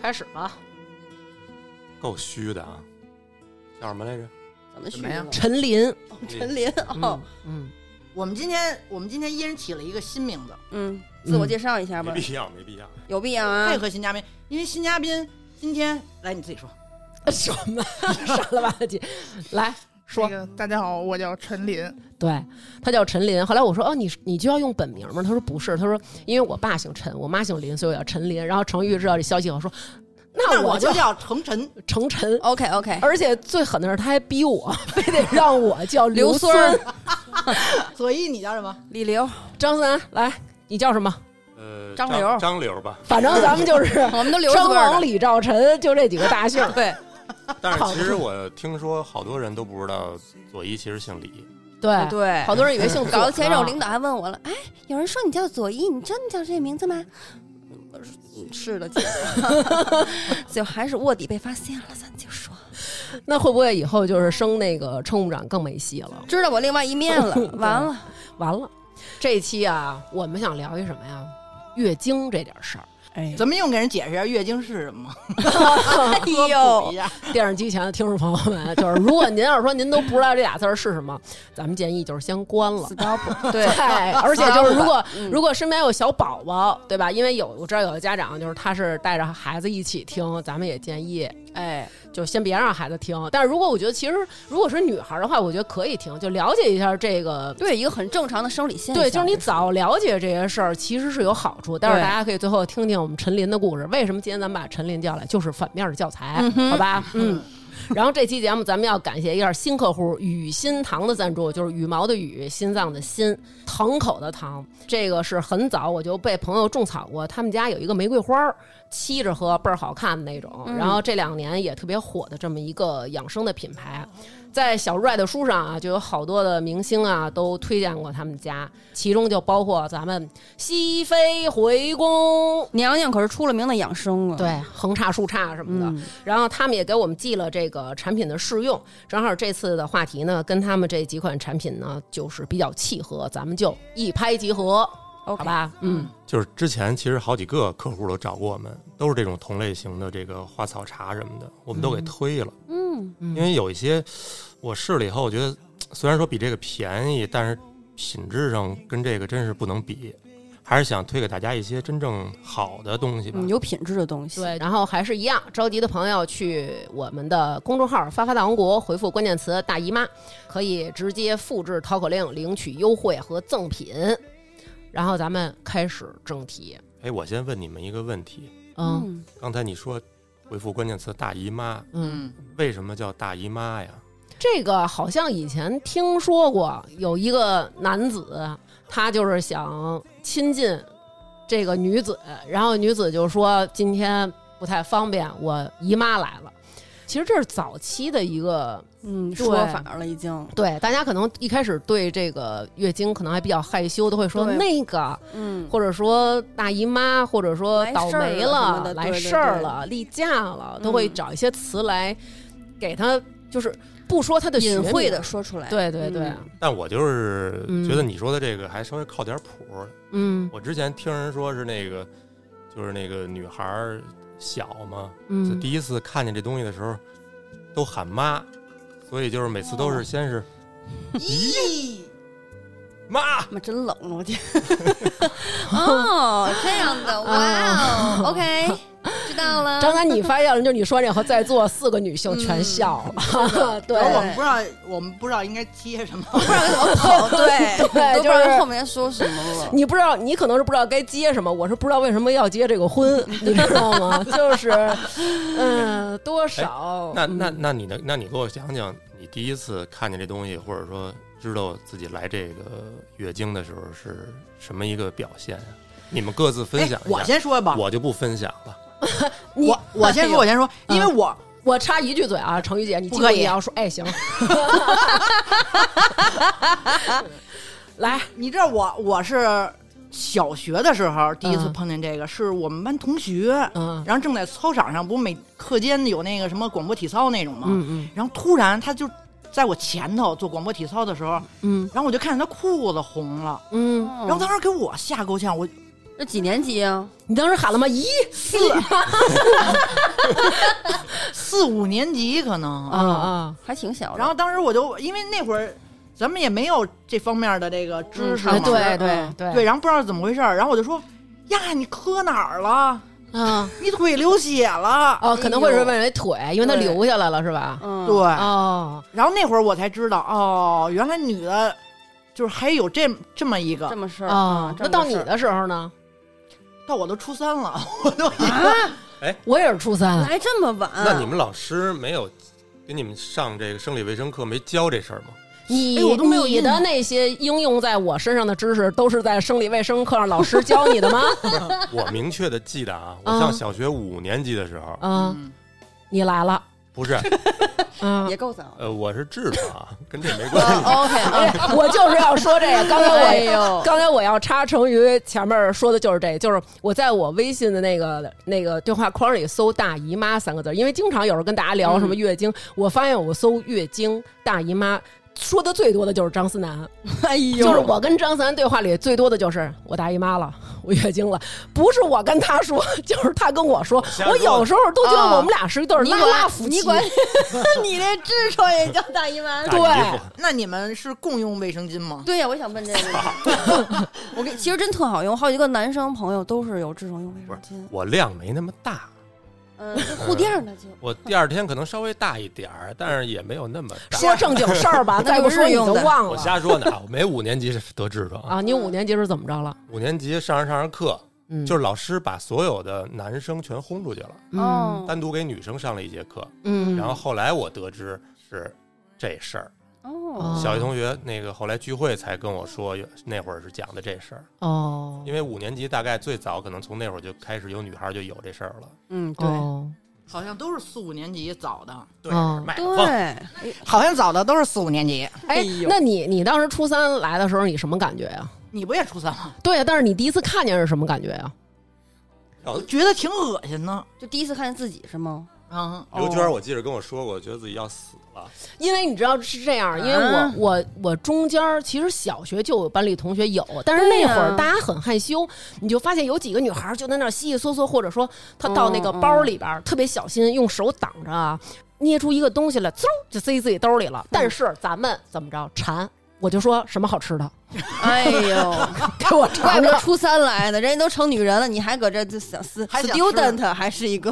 开始吧。够虚的啊！叫什么来着？怎么什虚么呀了？陈琳，哦陈琳哦，嗯，我们今天我们今天一人起了一个新名字，嗯，自我介绍一下吧没，必要，没必要。有必要嗯啊配。合新嘉宾，因为新嘉宾今天来你自己说，嗯 什么 傻了吧唧，来说那，个大家好，我叫陈林，对他叫陈林。后来我说哦，你你就要用本名吗？他说不是，他说因为我爸姓陈，我妈姓林，所以我叫陈林。然后程昱知道这消息以后说，那那我我就就叫程晨，程晨。 OK OK，而且最狠的是，他还逼我， 非得让我叫刘孙孙儿儿。所以你叫什么？李刘，张三，来，你叫什么？呃，张张刘张刘 吧。反 正咱们就是我们都刘张孙儿王的。李赵陈，就这几个大姓儿。对，但是其实我听说好多人都不知道左一其实姓李，对对，好多人以为姓左啊搞得前一阵我呢领导还问我了，哎，有人说你叫左一，你真的叫这名字吗？我说嗯是的，姐， 就还是卧底被发现了，咱就说那会不会以后就是升那个乘务长更没戏了？知道我另外一面 了，完了，完了，这一期啊，我们想聊一什么呀？月经这点事儿。哎，咱们用给人解释一下月经是什么吗？ 哎科哦普一呦，下，电视机前的听众朋友们，就是如果您要是说您都不知道这俩字儿是什么，咱们建议就是先关了死。 刀不 对对，而且就是如果嗯如果身边有小宝宝，对吧？因为有我知道有的家长就是他是带着孩子一起听，咱们也建议哎，就先别让孩子听。但是如果我觉得其实如果是女孩的话，我觉得可以听，就了解一下这个。对，一个很正常的生理现象，对，就是你早了解这些事儿，其实是有好处。待会儿对大家可以最后听听我们陈琳的故事。为什么今天咱们把陈琳叫来，就是反面的教材，好吧？嗯。然后这期节目咱们要感谢一下新客户雨心堂的赞助，就是羽毛的羽，心脏的心，堂口的堂。这个是很早我就被朋友种草过，他们家有一个玫瑰花儿，沏着喝倍儿好看的那种。然后这两年也特别火的这么一个养生的品牌。在小 Red 的书上啊，就有好多的明星啊都推荐过他们家，其中就包括咱们熹妃回宫，娘娘可是出了名的养生啊，对，横叉竖叉什么的。嗯然后他们也给我们寄了这个产品的试用，正好这次的话题呢，跟他们这几款产品呢就是比较契合，咱们就一拍即合，好，OK，吧？嗯，就是之前其实好几个客户都找过我们，都是这种同类型的这个花草茶什么的，我们都给推了。嗯，嗯因为有一些我试了以后，我觉得虽然说比这个便宜，但是品质上跟这个真是不能比。还是想推给大家一些真正好的东西吧。嗯有品质的东西，对，然后还是一样，着急的朋友去我们的公众号“发发大王国”回复关键词“大姨妈”，可以直接复制淘口令领取优惠和赠品。然后咱们开始正题，哎，我先问你们一个问题：嗯嗯，刚才你说回复关键词“大姨妈嗯，”，为什么叫大姨妈呀？这个好像以前听说过，有一个男子，他就是想亲近这个女子，然后女子就说今天不太方便，我姨妈来了。其实这是早期的一个嗯，对说法了已经，对，大家可能一开始对这个月经可能还比较害羞，都会说对那个，嗯，或者说大姨妈，或者说倒霉了、来来事事儿儿了什么了、的对对对例假了，都会嗯找一些词来给他，就是不说嗯他的学隐晦名的，说嗯出来，对对对，但我就是嗯觉得你说的这个还稍微靠点谱。嗯我之前听人说是那个，就是那个女孩儿小嘛，就嗯，第一次看见这东西的时候都喊妈，所以就是每次都是先是嗯咦，妈，妈真冷，啊我天！哦，这样的，哇哦，OK，知道了。张楠，你发现了，就你说这和在座四个女性嗯全笑了，对然后我们不知道，我们不知道应该接什么， 不知道该怎么跑，对对，都不知道就是该后面说什么了。你不知道，你可能是不知道该接什么，我是不知道为什么要结这个婚，你知道吗？ 就是，嗯，多少？哎那嗯那那你能，那你给我讲讲你第一次看见这东西，或者说知道自己来这个月经的时候是什么一个表现啊？你们各哎自分享一下，哎我先说吧，我就不分享了。你我我先说，我哎呦先说，因为我我插一句嘴啊，程玉姐，你记不住可以你要说，哎， 行，来，你知道我我是小学的时候第一次嗯碰见这个，是我们班同学，嗯然后正在操场上，不是每课间有那个什么广播体操那种吗？嗯然后突然他就在我前头做广播体操的时候，嗯然后我就看见他裤子红了，嗯然后当时给我吓够呛，我哦这几年级啊？你当时喊了吗？一四四五年级可能啊。啊！还挺小的。然后当时我就因为那会儿咱们也没有这方面的这个知识嘛，嗯对对对，然后不知道怎么回事儿，然后我就说呀，你磕哪儿了？啊你腿流血了。哦，可能会是问为腿，因为它流下来了是吧？嗯，对，哦，然后那会儿我才知道，哦，原来女的，就是还有这这么一这个。么事儿哦，那到你的的时候呢？到我都初三了，我都我也是初哎三，来这么晚，嗯那你们老师没有给你们上这个生理卫生课没教这事儿吗？ 你哎我都没有你的那些应用在我身上的知识，都是在生理卫生课上老师教你的 吗？我明确的记得啊，我啊上小学五年级的时候，啊，嗯你来了，不是，嗯也。够早。哦呃，我是痔疮啊，跟这没关系。 OK，我就是要说这个，刚才我哎呦刚才我要插成于前面说的就是这个，就是我在我微信的那个那个对话框里搜“大姨妈”三个字儿，因为经常有人跟大家聊嗯什么月经，我发现我搜月经、大姨妈。说的最多的就是张思楠，哎呦，就是我跟张思楠对话里最多的就是我大姨妈了，我月经了，不是我跟他说， 就是他跟我说。瞎我说有时候都觉得啊我们俩是一对儿你拉管拉夫妻。你管 你那痔疮也叫大 姨妈？ 对大衣服，那你们是共用卫生巾吗？对呀，我也想问这个问题。 我跟其实真特好用，我好几个男生朋友都是有痔疮用卫生巾，我量没那么大，嗯，就护垫儿呢就。我第二天可能稍微大一点儿，但是也没有那么大。说正经事 儿吧，那再不就是说你用都的忘我了瞎说呢啊，我没五年级是得痔疮啊，啊！你五年级是怎么着了？五年级上着上着课，嗯，就是老师把所有的男生全轰出去了，嗯哦单独给女生上了一节课。嗯，然后后来我得知是这事儿，哦，小学同学那个后来聚会才跟我说，那会儿是讲的这事儿。哦，因为五年级大概最早可能从那会儿就开始有女孩就有这事儿了。嗯，对哦，好像都是四五年级早的，对哦麦克风对，好像早的都是四五年级。哎哎呦，那你你当时初三来的时候，你什么感觉呀、你不也初三吗？对呀，但是你第一次看见是什么感觉啊呀、觉得挺恶心的。就第一次看见自己是吗？嗯，刘娟，我记着跟我说过，觉得自己要死哦了。因为你知道是这样，因为我、啊我我中间儿其实小学就有班里同学有，但是对那呀会儿大家很害羞，你就发现有几个女孩儿就在那儿悉悉嗦嗦，或者说她到那个包里边儿、特别小心，用手挡着啊，捏出一个东西来，嗖就塞自己兜里了。但是咱们怎么着馋，我就说什么好吃的，哎呦，给我 尝怪 不得尝。初三来的，人家都成女人了，你还搁这就想撕还想吃 student 还是一个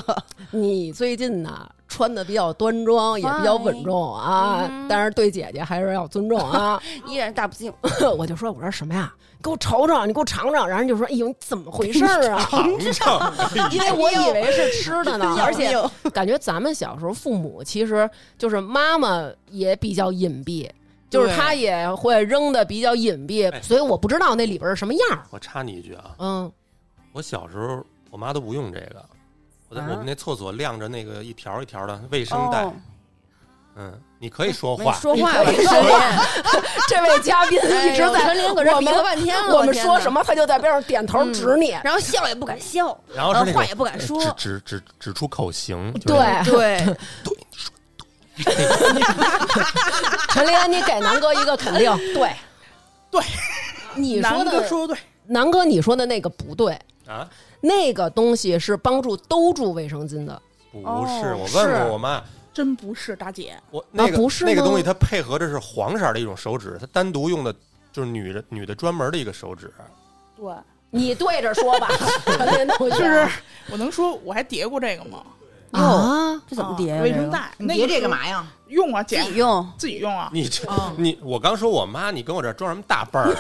你最近呢穿的比较端庄，也比较稳重啊，但是对姐姐还是要尊重啊。 依然大不敬。我就说，我说什么呀？给我瞅瞅，你给我尝尝。然后人就说，哎呦，你怎么回事儿啊？尝尝，因为我以为是吃的 呢，要而且命感觉咱们小时候父母其实就是妈妈也比较隐蔽。就是对她也会扔的比较隐蔽哎，所以我不知道那里边是什么样儿。 我插你一句啊，嗯，我小时候我妈都不用这个，我在啊我们那厕所晾着那个一条一条的卫生带哦，哎嗯，你可以说没话，说话了，你可以陈琳， 这位嘉宾哎一呦直在陈琳搁这我比们划半天了，我们天说哪嗯什，么，他就在边上点头指你。然后笑也不敢笑，然后是那个呃话也不敢说指指指指出口型，就是对，对，陈琳，你给南哥一个肯定， 对，对，你说男的的说的对，南哥你说的那个不对，啊，那个东西是帮助兜住卫生巾的，不哦是，我是问过我妈，真不是大姐，我那不个是那个吗东西它配合的是黄色的一种手指，它单独用的就是女的女的专门的一个手指，对，你对着说 吧，陈琳同学，是我能说我还叠过这个吗？啊，嗯这怎么叠呀？啊卫生个带，你叠这个干嘛呀？用啊，姐自己用，自己 用啊，你这嗯你我刚说我妈，你跟我这儿装什么大辈儿？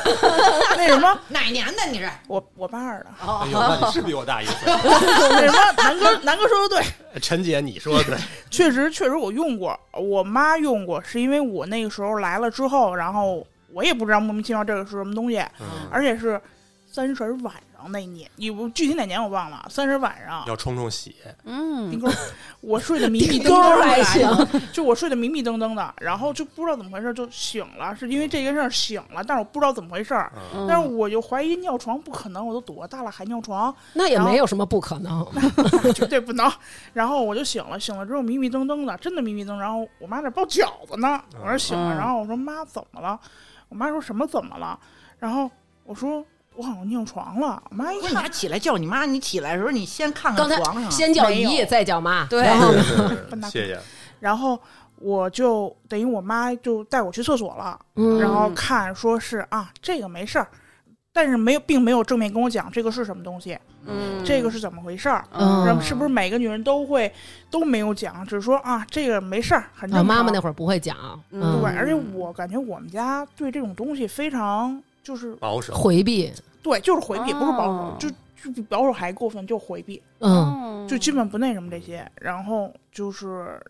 那什么，哪年的你是？我我爸二的，哎呦，那你是比我大一岁。 那什么，南哥南哥说的对，陈姐，你说的对，确实确实我用过，我妈用过，是因为我那个时候来了之后，然后我也不知道莫名其妙这个是什么东西，嗯而且是三十儿晚上那年，也不具体哪年我忘了，三十晚 上。要冲冲喜，地嗯，沟儿，我睡得迷地迷瞪沟瞪儿的还行，就我睡得迷迷瞪瞪的，然后就不知道怎么回事就醒了，是因为这件事儿醒了，但是我不知道怎么回事儿，嗯，嗯但是我就怀疑尿床不可能，我都多大了还尿床，那也没有什么不可能，绝对不能。 然后我就醒了，醒了之后迷迷瞪瞪的，真的迷迷瞪。然后我妈那包饺子呢，我说醒了，嗯然后我说妈怎么了？我妈说什么怎么了？然后我说我好像尿床了。我妈一不是你看还起来叫你妈，你起来的时候你先看啊刚看才床上，先叫没姨，有再叫妈，对然后对呢对不对拿谢谢。然后我就等于我妈就带我去厕所了，嗯然后看说是啊这个没事儿，但是没有并没有正面跟我讲这个是什么东西，嗯，这个是怎么回事儿。嗯然后是不是每个女人都会都没有讲，只是说啊这个没事儿，很正我常。啊妈妈那会儿不会讲，嗯对，嗯，而且我感觉我们家对这种东西非常就是保守，回避，对，就是回避，不是保守哦，就就比保守还过分，就回避，嗯就基本不那什么这些。然后就是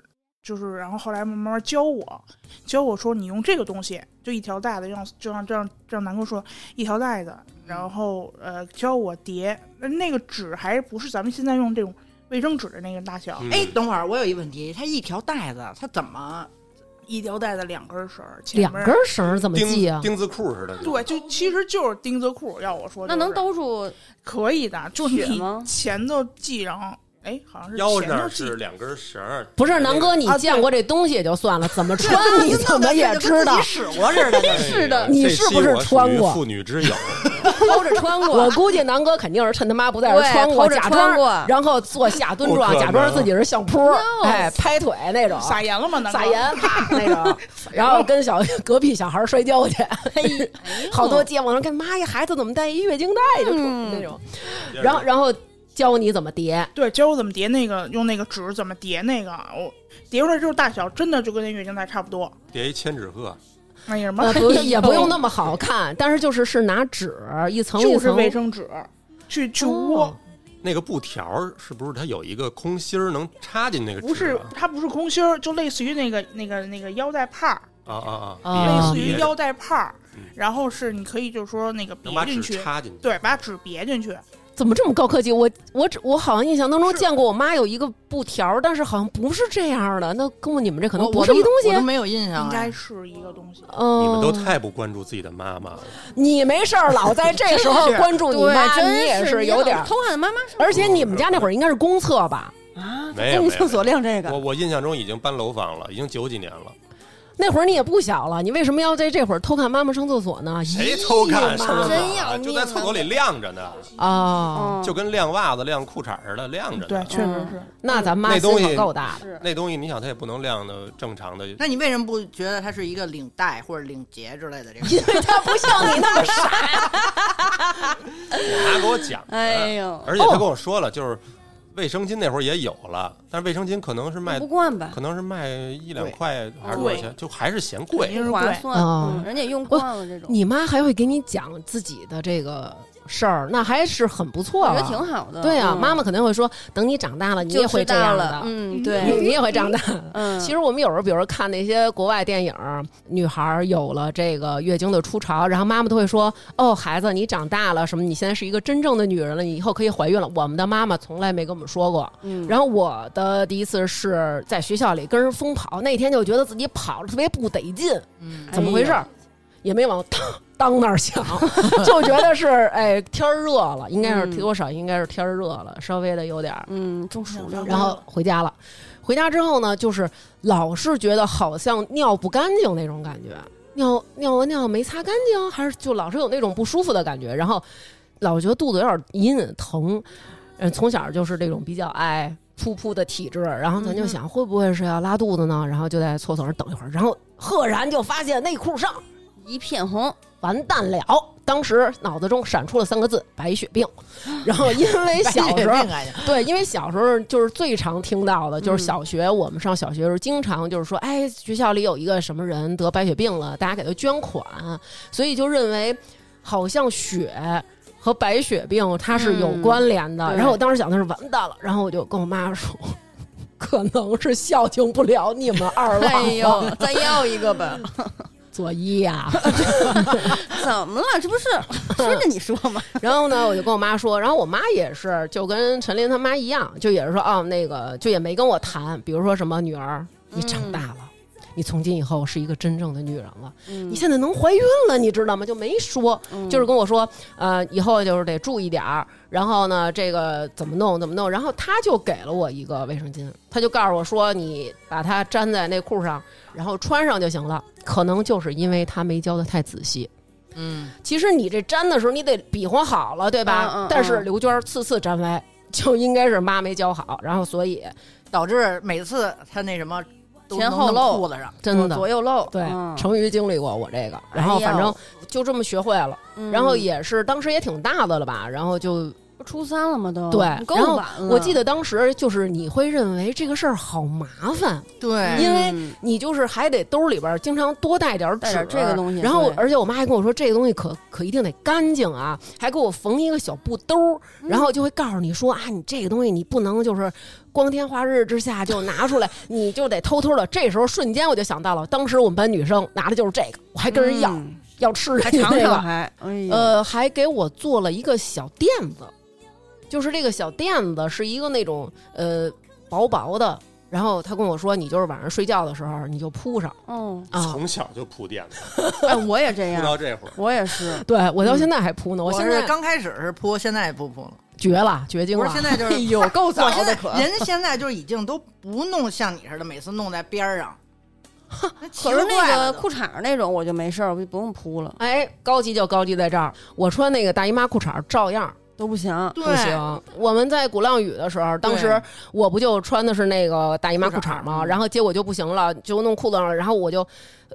就是，然后后来慢慢教我，教我说你用这个东西，就一条带子，让就像这样这样南哥说一条带子，嗯然后呃教我叠，呃那个纸还不是咱们现在用这种卫生纸的那个大小，嗯哎，等会儿我有一问题，它一条带子，它怎么？一条带子两根绳儿，前两面根绳儿怎么记钉啊？钉子裤似的，对，就其实就是钉子裤，要我说、那能兜住可以的，就是血你吗前头系，然后哎，好像是腰前那头儿系是两根绳儿，不是南哥，你啊对见过这东西也就算了，怎么穿 对啊你就怎弄么得也就跟知 道自己，使过似的。是的这你是不期是我属穿于过妇女之友？偷着穿过我估计南哥肯定是趁他妈不在这对穿过，偷着假穿过装，然后做下蹲状，不可能啊假装自己是相扑， No 哎，拍腿那种，撒盐了吗？南哥撒，盐啪那种，然后跟小 隔壁小孩摔跤去，哎好多街坊说：“干妈呀，孩子怎么带一月经带？”就出嗯那种，然后然后教你怎么叠，对，教我怎么叠那个，用那个纸怎么叠那个，啊我叠出来之后大小真的就跟那月经带差不多。叠一千纸鹤，哎呀妈呃，呀，不也不用那么好看，但是就是是拿纸一层一就是层卫生纸去去窝哦，那个布条儿是不是它有一个空心儿能插进那个纸啊？不是它不是空心儿，就类似于那个那个那个腰带帕儿，啊啊啊类啊！似于腰带帕儿嗯，然后是你可以就是说那个别能把纸进去。插进去。对，把纸别进去，怎么这么高科技？我我只我好像印象当中是见过我妈有一个布条，但是好像不是这样的。那跟我你们这可能我不我是都一东西啊我。都没有印象应该哎。是一个东西。嗯，你们都太不关注自己的妈妈了，你没事儿老在这时候真是关注你 妈，真你也是有点儿啊你老。偷看妈妈是而且你们家那会儿应该是公厕吧？啊哎没有公没有厕所亮这我我印象中已经搬楼房了，已经九几年了。那会儿你也不小了，你为什么要在这会儿偷看妈妈上厕所呢？哎谁偷看上厕所真要啊？命就在厕所里晾着呢，啊？嗯就跟晾袜子、晾裤衩儿似的晾着对，呢。确实嗯是。那咱妈那心东西可够大的。是那东西你想，它也不能晾的正常的。那你为什么不觉得它是一个领带或者领结之类的这 个？因为她不像你那么傻，我妈给我讲的，哎呦，嗯而且她跟我说了，就是卫生巾那会儿也有了，但是卫生巾可能是卖不，惯吧？可能是卖一两贵块还是多少钱，就还是嫌贵。肯定是划贵。算，嗯嗯人家用惯了这种，你妈还会给你讲自己的这个事儿，那还是很不我错觉了。得挺好的。对啊，嗯妈妈肯定会说，等你长大了，你也就会知这样道的了，。嗯， 你对，你也会长大的。嗯，其实我们有时候，比如看那些国外电影，女孩儿有了这个月经的初潮，然后妈妈都会说：“哦，孩子，你长大了，什么？你现在是一个真正的女人了，你以后可以怀孕了。”我们的妈妈从来没跟我们说过。嗯然后我的第一次是在学校里跟人疯跑，那天就觉得自己跑了特别不得劲，嗯怎么回事哎儿？也没往当当那儿想， 就觉得是哎天儿热了，应该是嗯多少应该是天儿热了，稍微的有点儿嗯，中暑了，然后回家了。回家之后呢，就是老是觉得好像尿不干净那种感觉，尿尿完尿没擦干净，啊还是就老是有那种不舒服的感觉，然后老觉得肚子有点隐疼。嗯，从小就是这种比较爱噗噗的体质，然后嗯咱就想会不会是要拉肚子呢？然后就在厕所上等一会儿，然后赫然就发现内裤上一片红，完蛋了。当时脑子中闪出了三个字“白血 病”，然后因为小 时候啊对，因为小时候就是最常听到的，嗯就是小学、我们上小学的时候，经常就是说，哎，学校里有一个什么人得白血病了，大家给他捐款，所以就认为好像血和白血病它是有关联的。嗯对然后我当时想的是完蛋了，然后我就跟我妈说，可能是孝敬不了你们二老哎了，啊呦， 再要一个 吧，佐伊呀、怎么了？这不是顺着你说吗？然后呢，我就跟我妈说，然后我妈也是，就跟陈琳他妈一样，就也是说，哦，那个就也没跟我谈，比如说什么女儿，你长大了。你从今以后是一个真正的女人了，你你现在能怀孕了，你知道吗？就没说，就是跟我说，呃，以后就是得注意点儿，然后呢，这个怎么弄怎么弄，然后他就给了我一个卫生巾，他就告诉我说，你把它粘在内裤上，然后穿上就行了。可能就是因为他没教的太仔细，嗯，其实你这粘的时候，你得比划好了，对吧？嗯嗯嗯但是刘娟次次粘歪，就应该是妈没教好，然后所以导致每次他那什么都前后能弄漏裤子上，真的左右漏，对嗯成瑜经历过我这个，然哎后呦反正就这么学会了，嗯然后也是当时也挺大的了吧，然后就不初三了吗都？对够然后晚了。我记得当时就是你会认为这个事儿好麻烦，对因为嗯你就是还得兜里边儿经常多带点儿纸，啊带点儿这个东西然后对而且我妈还跟我说，这个东西可可一定得干净啊，还给我缝一个小布兜儿，然嗯后就会告诉你说啊，你这个东西你不能就是光天化日之下就拿 出来，你就得偷偷的。这时候瞬间我就想到了，当时我们班女生拿的就是这个，我还跟人要、嗯要吃还人家 尝那尝个，还，哎嗯呦，呃，还给我做了一个小垫子，就是这个小垫子是一个那种呃薄薄的。然后她跟我说，你就是晚上睡觉的时候你就铺上嗯，啊，从小就铺垫子，哎，我也这铺 样，到这会儿，我也 是，对我到现在还铺呢，我现是在刚开始是扑，现在也不扑了。绝了，绝经不了是。 现在哎就是， 呦，够我现在人家现在就是已经都不弄像你似的，每次弄在边儿上。那奇可是那怪个了都裤衩儿那种我就没事儿，我就不用铺了，哎，高级就高级在这儿，我穿那个大姨妈裤衩儿照样儿都不行。对不行。我们在鼓浪屿的时候，当时我不就穿的是那个大姨妈裤衩儿吗？然后结果就不行了，就弄裤子上了，然后我就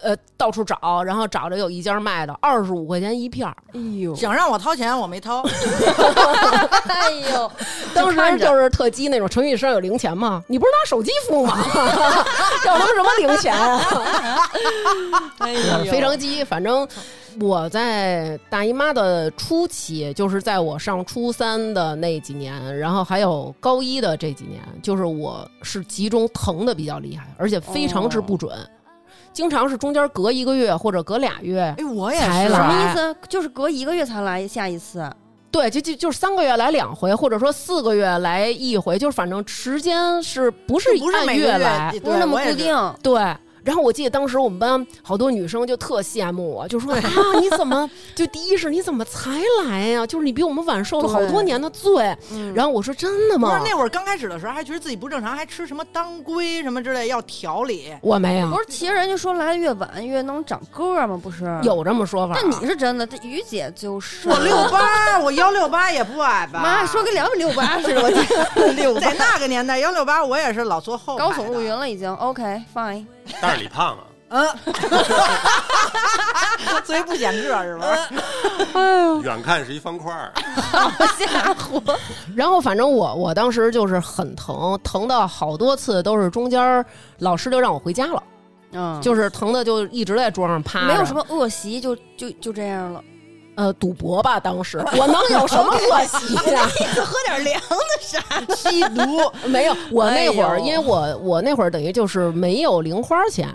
呃到处找，然后找着有一家卖的二十五块钱一片儿，哎 呦，想让我掏钱，我没掏。哎呦，当时看着就是特鸡那种，程序身上有零钱吗？你不是拿手机付吗？ 要他妈什么零钱啊？哎 呦，非常鸡，反正我在大姨妈的初期，就是在我上初三的那几年，然后还有高一的这几年，就是我是集中疼的比较厉害，而且非常之不准，哦经常是中间隔一个月或者隔俩月，哎，我也才是，什来么意思？就是隔一个月才来下一次，对，就就就是三个月来两回，或者说四个月来一回，就是反正时间是不是不是按每个月月来？对不是那么我也嗯固定。对。然后我记得当时我们班好多女生就特羡慕我，就说啊，你怎么就第一是你怎么才来呀、就是你比我们晚受了好多年的罪。嗯然后我说真的不是吗？那会儿刚开始的时候，还觉得自己不正常，还吃什么当归什么之类要调理。我没有不，是，其实人家说来的越晚越能长个儿吗？不是，。有这么说法。但你是真的，这于姐 就是我六八，我幺六八也不矮吧？妈说跟两米六 八似的，我记得六在那个年代，幺六八我也是老坐后排的高耸入云。了已经。OK fine，但是李胖啊，嗯， 所以不显个儿是嗯吧？哎远看是一方块儿，家伙，然后反正我我当时就是很疼，疼到好多次都是中间儿老师就让我回家了，嗯，就是疼的就一直在桌上趴着。没有什么恶习，就就就这样了。呃赌博吧，当 时我能有什么 恶习呀、喝点凉的啥？吸毒， 没有，我那会哎儿，呦因为我我那会儿等于就是没有零花钱，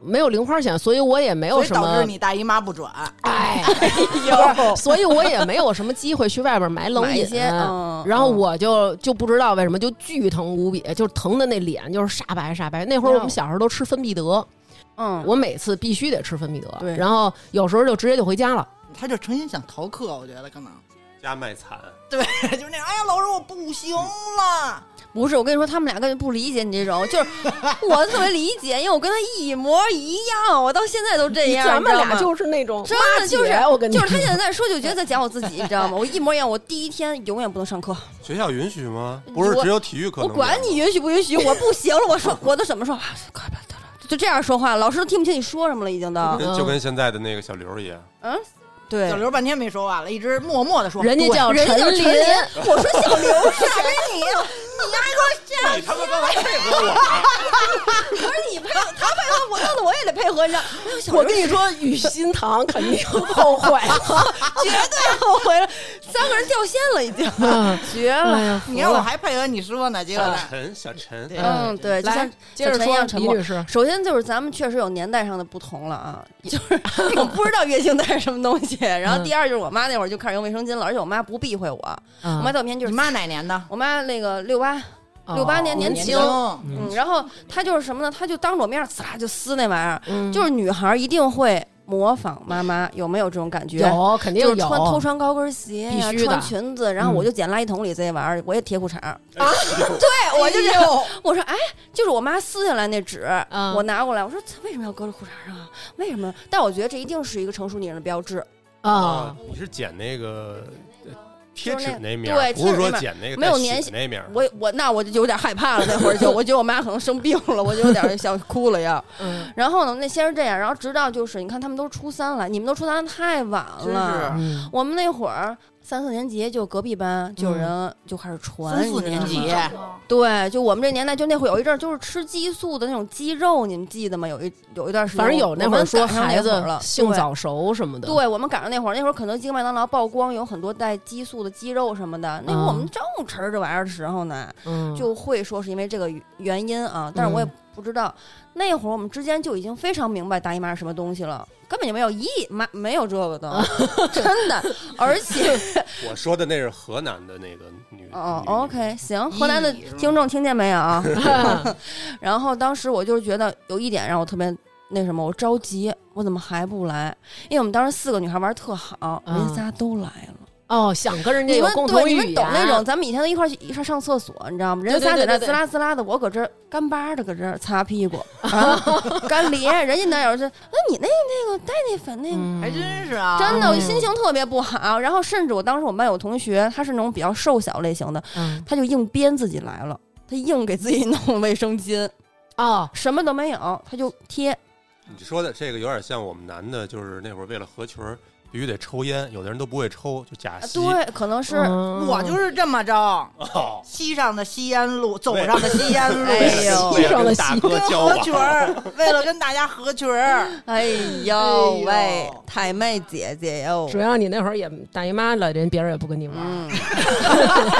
没有零花钱，所以我也没有所以什导致么你大姨妈不转。哎，不是所以我也没有什么机会去外边买冷买一饮些，。嗯，然后我就就不知道为什么就巨疼无比，就是疼的那脸就是煞白煞白。那会儿我们小时候都吃芬必得，嗯，我每次必须得吃芬必得对，然后有时候就直接就回家了。他就诚心想逃课，我觉得可能家卖惨，就是那，哎呀，老师我不行了，不是，我跟你说，他们俩根本不理解你这 种，就是我特别理解，因为我跟他一模一样，我到现在都这样。咱们你知道俩吗就是那种真妈的姐就是我跟你就说 是他现在在说，就觉得在讲我自己，你知道吗？我一模一样，我第一天永远不能上课，学校允许吗？不是我只有体育课我能管练吗你允许不允许，我不行了，我说我都怎么说，啊快吧，就这样说话，老师都听不清你嗯说什么了，已经嗯都。跟就跟现在的那个小刘 一样，嗯，对小，刘半天没说话了，一直默默的说，人家叫人家叫林陈，林，我说小刘傻 逼你，哎你他妈刚才配合 我，啊不是你配合，他配合我，弄得我也得配合，你知道？哎呦，小我刘跟你说，雨欣堂肯定后 悔了。绝对后悔了，三个人掉线了已 经，嗯绝哎了。你让我还配合你说呢，结果呢？陈小陈，嗯，对，就像来接着小陈一说样，沉李默女。士，首先就是咱们确实有年代上的不同了啊，就是 我不知道月经带是什么东西。然后第二就是我妈那会儿就开始用卫生巾嗯了，而且我妈不避讳我，我我妈在我面前就你是妈哪年的？我妈那个六八，68年嗯哦年年轻轻，嗯，然后她就是什么呢？她就当着我面儿呲啦就撕那玩意儿，嗯就是女孩儿一定会模仿妈妈，有没有这种感觉？有肯定就有啊是穿偷穿高跟鞋呀，必须的穿裙子，然后嗯我就捡垃圾桶里这玩意儿，我也贴裤衩儿。哎呦对，我就这样哎呦我说哎，就是我妈撕下来那纸，嗯我拿过来，我说为什么要搁在裤衩上啊？为什么？但我觉得这一定是一个成熟女人的标志，啊，哦你是剪那个呃贴就是那纸那面对儿，不是贴说纸那面儿剪那个没有带血粘性那面儿，我我那我就有点害怕了，那会儿就我觉得我妈可能生病了，我就有点想哭了要。嗯然后呢，那先是这样，然后直到就是你看他们都初三了，你们都初三太晚真了。是啊嗯我们那会儿三四年级就隔壁班就有嗯人就开始传，三四你知道吗年级，啊对，就我们这年代就那会儿有一阵儿就是吃激素的那种鸡肉，你们记得吗？有一有一段时间我，反正有那会儿说我们赶上孩那子会儿了性对早熟什么的，对我们赶上那会儿，那会儿肯德基、麦当劳曝光有很多带激素的鸡肉什么的。那会儿我们正吃这玩意儿的时候呢，嗯，就会说是因为这个原因啊，但是我也不知道。那会儿我们之间就已经非常明白大姨妈是什么东西了，根本就没有咦，妈没有这个啊的，真 的。而且我说的那是河南的那个女。哦女，OK，行，河南的咦听众听见没 有啊？ 然后当时我就是觉得有一点让我特别那什么，我着急，我怎么还不来？因为我们当时四个女孩玩儿特好，人嗯家仨都来了。哦，想跟人家你有们共对同你语们言，懂那种，咱们以前都一块儿去一块儿上厕所，你知道吗？人家仨对对在对那对滋啦滋啦的，我搁这儿干巴的搁这儿擦屁股，啊，干咧。人家那有是，那哎你那那个带那粉那个。嗯，还真是啊，真的，我嗯心情特别不好。然后，甚至我当时我们班有同学，他是那种比较瘦小类型的，嗯他就硬编自己来了，他硬给自己弄卫生巾，哦，什么都没有，他就贴。你说的这个有点像我们男的，就是那会儿为了合群儿必须得抽烟，有的人都不会抽，就假吸。啊对，可能是嗯我就是这么着，哦，西上的吸烟路，走上的吸烟路，哎 呦为了上了跟吸大 哥跟交合往，啊群儿，为了跟大家合群儿，哎呦哎喂呦，太妹姐姐哟，只要你那会儿也大姨妈了，人别人也不跟你玩。嗯，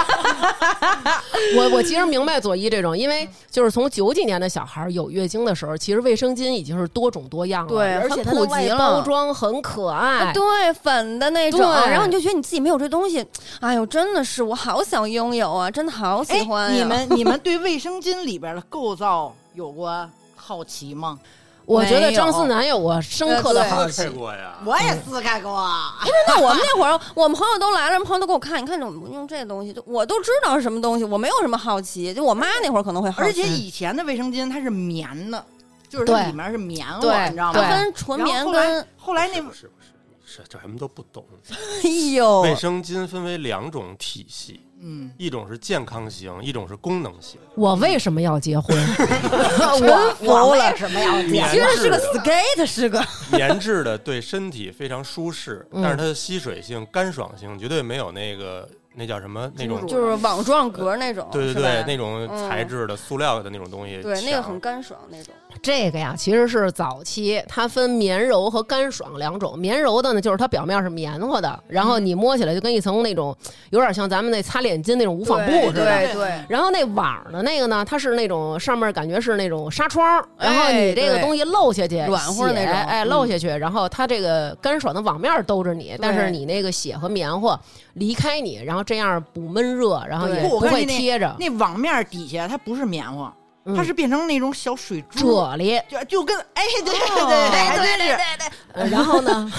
我我其实明白左一这种，因为就是从九几年的小孩儿有月经的时候，其实卫生巾已经是多种多样了，对而且很它普的及外了啊包装很可爱，对，粉的那种，对然后你就觉得你自己没有这东西，哎呦，真的是我好想拥有啊，真的好喜哎欢、，呀你们你们对卫生巾里边的构造有过好奇吗？我觉没得有张思楠有我深刻的呃好撕奇开，过呀。我也撕开过， 真的，我们那会儿，我们朋友都来了，人朋友都给我看，你看怎么用这东西，就我都知道是什么东西，我没有什么好奇，就我妈那会儿可能会好奇，而且以前的卫生巾它是棉的，就是对它里面是棉花，对你知道它对吗？分纯然后棉后跟来，后来那不是不是，你是这什么都不懂。哎呦，卫生巾分为两种体系，嗯，一种是健康型，一种是功能型。我为什么要结 婚？我我为什么要棉哦其实是质个的， skate，是个，棉质的对身体非常舒适，嗯但是它的吸水性、干爽性绝对没有那个那叫什么那种，就是网状格那种，对对是吧嗯对，那种材质的、塑料的那种东西强，对那个很干爽那种，这个呀，其实是早期它分绵柔和干爽两种。绵柔的呢，就是它表面是棉花的，然后你摸起来就跟一层那种有点像咱们那擦脸巾那种无纺布对似的。对对，然后那网儿的那个呢，它是那种上面感觉是那种纱窗，然乎哎你这个对东西漏下去，软乎那血种哎，嗯漏下去，然后它这个干爽的网面兜着你，但是你那个血和棉花离开你，然后这样不闷热，然后对也不不我看会见那贴着，那网面底下它不是棉花，嗯它是变成那种小水珠，啫喱。就就跟哎对对哦对，还真是对，呃然后呢，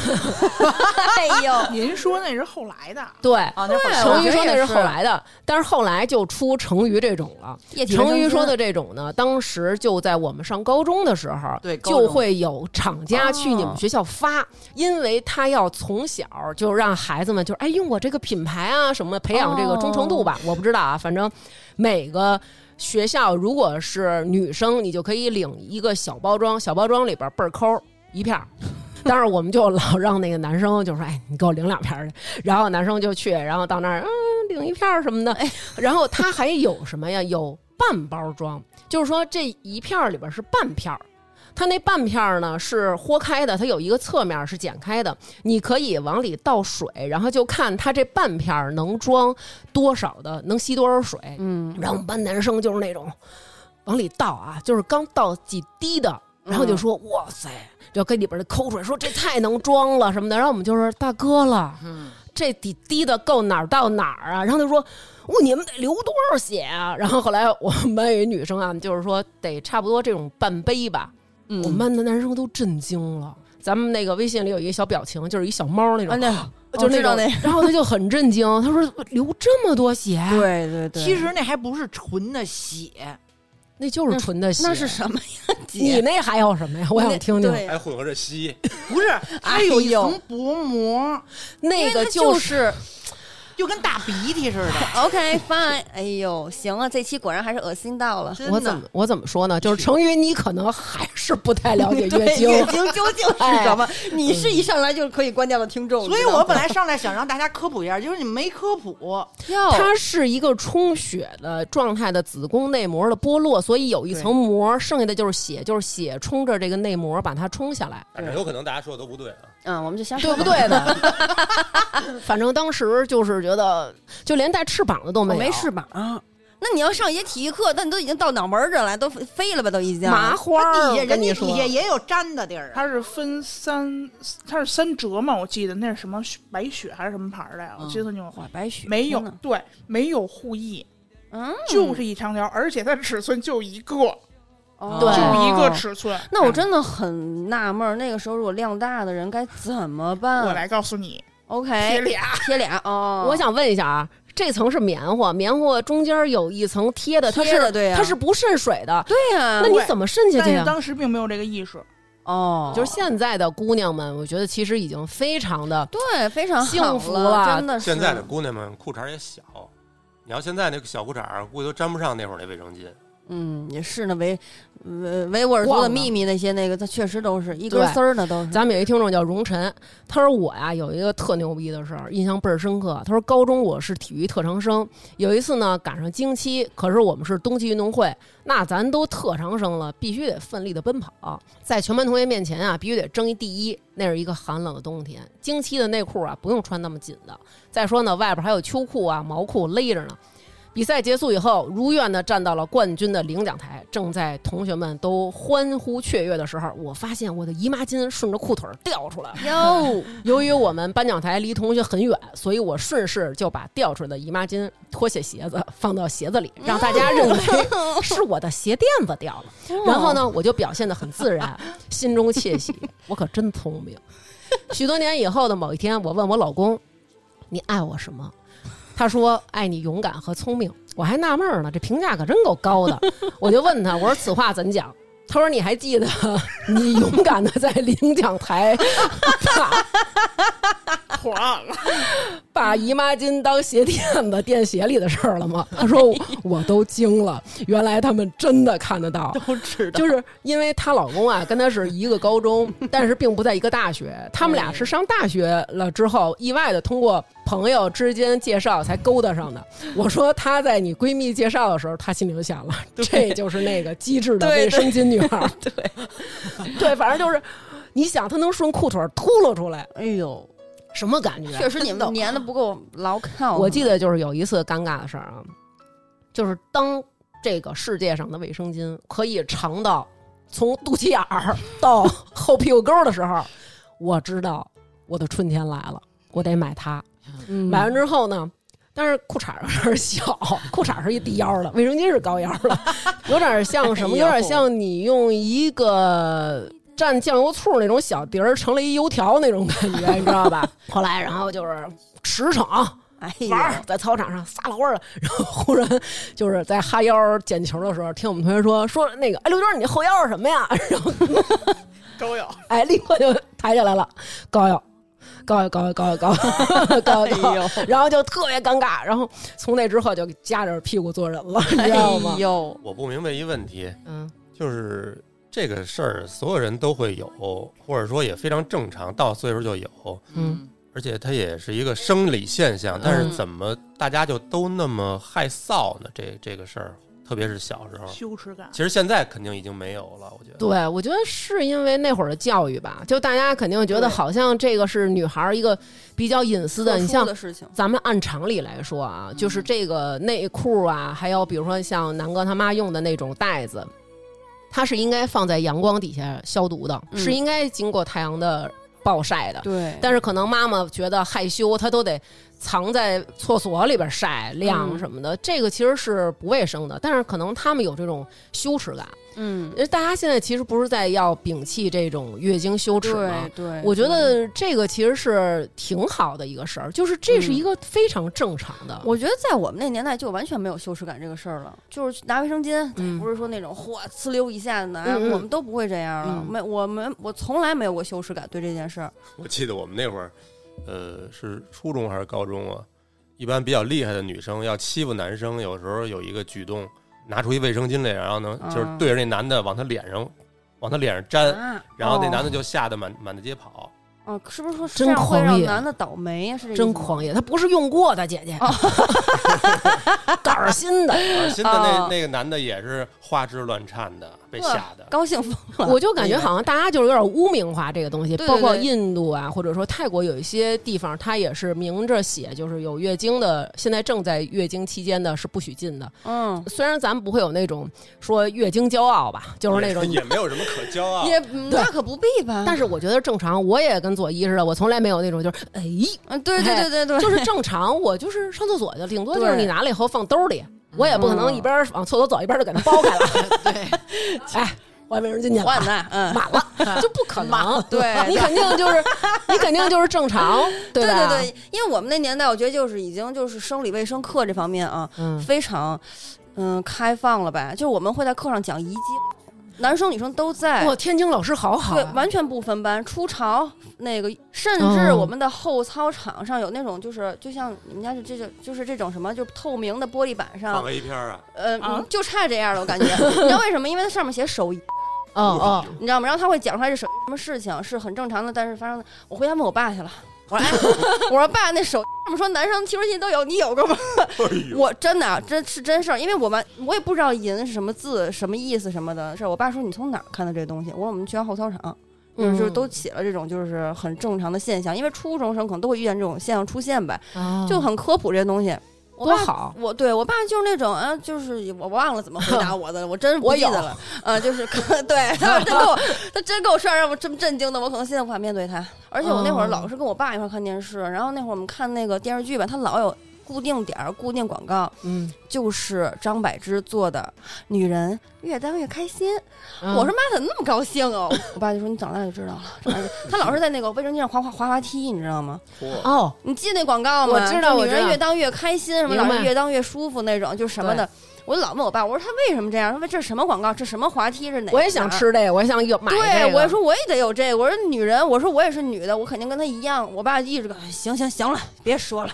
哎哦呦，嗯您说那是后来的，对，啊，那会对儿成成瑜说瑜说那那是是后后来的，但是后来就出成瑜这种了。液体卫成生瑜巾说的这种呢，当时就在我们上高中的时候，对高中就会有厂家去你们学校发，因为他要从小就让孩子们就是哎用我这个品牌啊什么培养这个忠诚度吧，我不知道啊，反正每个。学校如果是女生，你就可以领一个小包装，小包装里边儿倍儿抠儿一片儿，但是我们就老 让那个男生就说：“哎，你给我领两片儿去。”然后男生就去，然后到那儿嗯领一片儿什么的。然后他还有什么呀？有半包装，就是说这一片儿里边是半片儿。它那半片儿呢是豁开的，它有一个侧面是剪开的，你可以往里倒水，然后就看它这半片儿能装多少的，能吸多少水。嗯，然后我们班男生啊就是那种往里倒啊，就是刚倒几滴的，然后就说、哇塞，就跟里边儿的抠出来，说这太能装了什么的。然后我们就是大哥了，这滴滴的够哪儿到哪儿啊？然后他说。哇，你们得流多少血啊？然后后来我们班有一女生啊，就是说得差不多这种半杯吧。我们班的男生都震惊了。咱们那个微信里有一个小表情，就是一小猫那种，啊那就我是知道种。那然后他就很震惊，他说流这么多血，对对对，其实那还不是纯的血，那就是纯的血。那是什么呀，你姐？那还有什么呀？我想听听。对还混合着吸，不是，它有哎一呦层薄膜，那因为个它就就是是 就跟大鼻涕似 的， OK fine。哎呦，行啊，这期果然还是恶心到了。真我怎的么。我怎么说呢？就是成语，你可能还是不太了解对月经。月经哦究竟是什么？你是一上来就可以关掉的听众，所以我本来上来想让大家科普一下，就是你们没科普，要它是一个充血的状态的子宫内膜的剥落，所以有一层膜，剩下的就是血，就是血冲着这个内膜把它冲下来，反正有可能大家说的都不对啊。嗯，我们就瞎对说不吧。对呢？ 反正当时就是觉得，就连带翅膀的都我没有，没翅膀啊。那你要上一节体育课，那你都已经到脑门儿这儿来，都飞了吧？都已经麻花它儿，底下我嗯跟人你家说底下也有粘的地儿啊，它是分三，它是三折嘛，我记得那是什么雪白雪还是什么牌儿的呀？我记嗯得特清楚。哇，白雪没有天哪，对，没有护翼，嗯，就是一长条，而且它的尺寸就一个，哦对就一个。尺寸。嗯那我真的很纳闷儿，那个时候如果量大的人该怎么办？我来告诉你， ，OK，贴俩，贴俩哦。我想问一下啊，这层是棉花，棉花中间有一层贴的，它贴的是对呀嗯它是不渗水的，对呀、那你怎么渗下但去是呀？当时并没有这个意 识。哦，就是现在的姑娘们，我觉得其实已经非常的对，非常好幸福了了，真的 是。现在的姑娘们裤衩也小，你要现在那个小裤衩儿估计都沾不上那会儿那卫生巾。嗯，也是那维维维吾尔族逛的呢秘密那些那个，它确实都是一根对丝儿的都是。咱们有一听众叫荣晨，他说我呀有一个特牛逼的事儿，印象倍儿深刻。他说高中我是体育特长生，有一次呢赶上经期，可是我们是冬季运动会，那咱都特长生了，必须得奋力的奔跑，在全班同学面前啊必须得争一第一。那是一个寒冷的冬天，经期的内裤啊不用穿那么紧的，再说呢外边还有秋裤啊毛裤勒着呢。比赛结束以后，如愿的站到了冠军的领奖台。正在同学们都欢呼雀跃的时候，我发现我的姨妈巾顺着裤腿儿掉出来了。哟， 由于我们颁奖台离同学很远，所以我顺势就把掉出来的姨妈巾、拖鞋、鞋子放到鞋子里，让大家认为是我的鞋垫子掉了。然后呢，我就表现得很自然，心中窃喜，我可真聪明。许多年以后的某一天，我问我老公：“你爱我什么？”他说：“爱你勇敢和聪明。”我还纳闷儿呢，这评价可真够高的。我就问他：“我说此话怎讲？”他说：“你还记得你勇敢的在领奖台把破案了，把姨妈巾当鞋垫子垫鞋里的事儿了吗？”他说：“我都惊了，原来他们真的看得到。”都知道。就是因为她老公啊，跟她是一个高中，但是并不在一个大学。他们俩是嗯上大学了之后，意外的通过朋友之间介绍才勾搭上的。我说她在你闺蜜介绍的时候，她心里就想了，这就是那个机智的对卫生巾女孩儿。对，对，反正就是，你想她能顺裤腿儿秃噜出来，哎呦，什么感觉？啊确实你们嗯粘的不够牢靠。我记得就是有一次尴尬的事儿啊，就是当这个世界上的卫生巾可以长到从肚脐眼儿到后屁股沟儿的时候，我知道我的春天来了，我得买它。嗯买完之后呢，但是裤衩儿有点小，裤衩儿是一低腰的，卫生巾是高腰的，有点像什么？有点像你用一个。蘸酱油醋那种小碟儿，成了一油条那种感觉，你知道吧？后来，然后就是驰骋，哎呦，玩儿，在操场上撒了欢儿了，然后忽然就是在哈腰捡球的时候，听我们同学说说那个，哎，刘娟，你后腰是什么呀？ 然后都有。哎，立刻就抬起来了，高腰，高腰，高腰，高腰，高腰，高哎腰，高腰，然后就特别尴尬，然后从那之后就夹着屁股做人了，你知道吗哎？呦，我不明白一问题，嗯，就是这个事儿，所有人都会有，或者说也非常正常，到岁数就有，嗯，而且它也是一个生理现象。但是怎么大家就都那么害臊呢？这这个事儿，特别是小时候，羞耻感。其实现在肯定已经没有了。我觉得，对，我觉得是因为那会儿的教育吧，就大家肯定觉得对好像这个是女孩儿一个比较隐私的，你特殊像的事情，咱们按常理来说嗯啊，就是这个内裤啊，还有比如说像南哥他妈用的那种袋子，它是应该放在阳光底下消毒的，嗯是应该经过太阳的暴晒的。对，但是可能妈妈觉得害羞，她都得藏在厕所里边晒晾嗯什么的，这个其实是不卫生的。但是可能他们有这种羞耻感，嗯因，为大家现在其实不是在要摒弃这种月经羞耻吗对？对，嗯我觉得这个其实是挺好的一个事儿，就是这嗯是一个非常正常的。我觉得在我们那个年代就完全没有羞耻感这个事儿了，就是拿卫生巾，嗯不是说那种嚯呲溜一下子拿，嗯嗯我们都不会这样了。嗯没，我们我从来没有过羞耻感对这件事儿。我记得我们那会儿，呃，是初中还是高中啊？一般比较厉害的女生要欺负男生，有时候有一个举动，拿出一卫生巾来，然后呢，嗯就是对着那男的往他脸上，往他脸上嗯粘，啊，然哦后那男的就吓得满满大街跑。哦，哦是不是说这真样会狂让野男的倒霉啊呀、是这意思真吗狂野，他不是用过的姐姐， 哦杆儿新 的。而新的那哦那个男的也是花枝乱颤的，被吓的。高兴疯了。我就感觉好像大家就是有点污名化这个东西，哎对对包括对印度啊，或者说泰国有一些地方，它也是明着写，就是有月经的，现在正在月经期间的是不许进的。嗯，虽然咱们不会有那种说月经骄傲吧，就是那种也也 没有什么可骄 傲。也嗯那可不必吧？但是，是我觉得正常，我也跟佐伊似的，我从来没有那种就是哎，嗯，对对对对 对，就是正常，我就是上厕所去，顶多就是对你拿了以后放兜里，我也不可能一边往厕所走一边就给它剥开了， 对，嗯 哎，我也没人进去了，换的，嗯，满 了，就不可能。对你肯定 就是，你肯定就是正常，对对吧？对，因为我们那年代，我觉得就是已经就是生理卫生课这方面啊，嗯非常嗯开放了吧？就是我们会在课上讲遗精，男生女生都在，哇，天津老师好好哎对，啊，完全不分班。初潮那个，甚至哦我们的后操场上有那种就是就像你们家就这种就是这种什么就是透明的玻璃板放上， A 片啊，呃，啊就差这样了，我 感觉。你知道为什么？因为它上面写手淫，哦哦，你知道吗？然后他会讲出来是什什么事情是很正常的，但是发生的。我回家问我爸去了。我 说，哎，我说爸，那手上面说男生提出器都有，你有过吗？哎呦， 我真的啊真是真事儿，因为我们我也不知道“银”是什么字、什么意思什么的事儿。我爸说你从哪儿看的这东西？我说我们学校后操场，就是就是都写了这种就是很正常的现象，因为初中生可能都会遇见这种现象出现吧，就很科普这些东西。嗯哦我多爸好，我对我爸就是那种啊，就是我忘了怎么回答我的了，我真不记得了。啊，就是对他真给我，他真给我说让我这么震惊的，我可能现在无法面对他。而且我那会儿老是跟我爸一块儿看电视，然后那会儿我们看那个电视剧吧，他老有固定点儿、固定广告，嗯，就是张柏芝做的《女人越当越开心》。嗯我说妈，怎么那么高兴哦？我爸就说你长大就知道了，长大就他老是在那个卫生巾上滑滑滑滑梯，你知道吗？嚯哦，你记得那广告吗？我知道就我女知道人越当越开心，什么明老白人越当越舒服那种，就是什么的。我老问我爸，我说他为什么这样？他说这什么广告？这什么滑梯？是哪？我也想。吃这个，我也想有买这对，个。我说我也得有这个。我说女人，我说我也是女的，我肯定跟她一样。我爸一直跟我说行行行了，别说 了，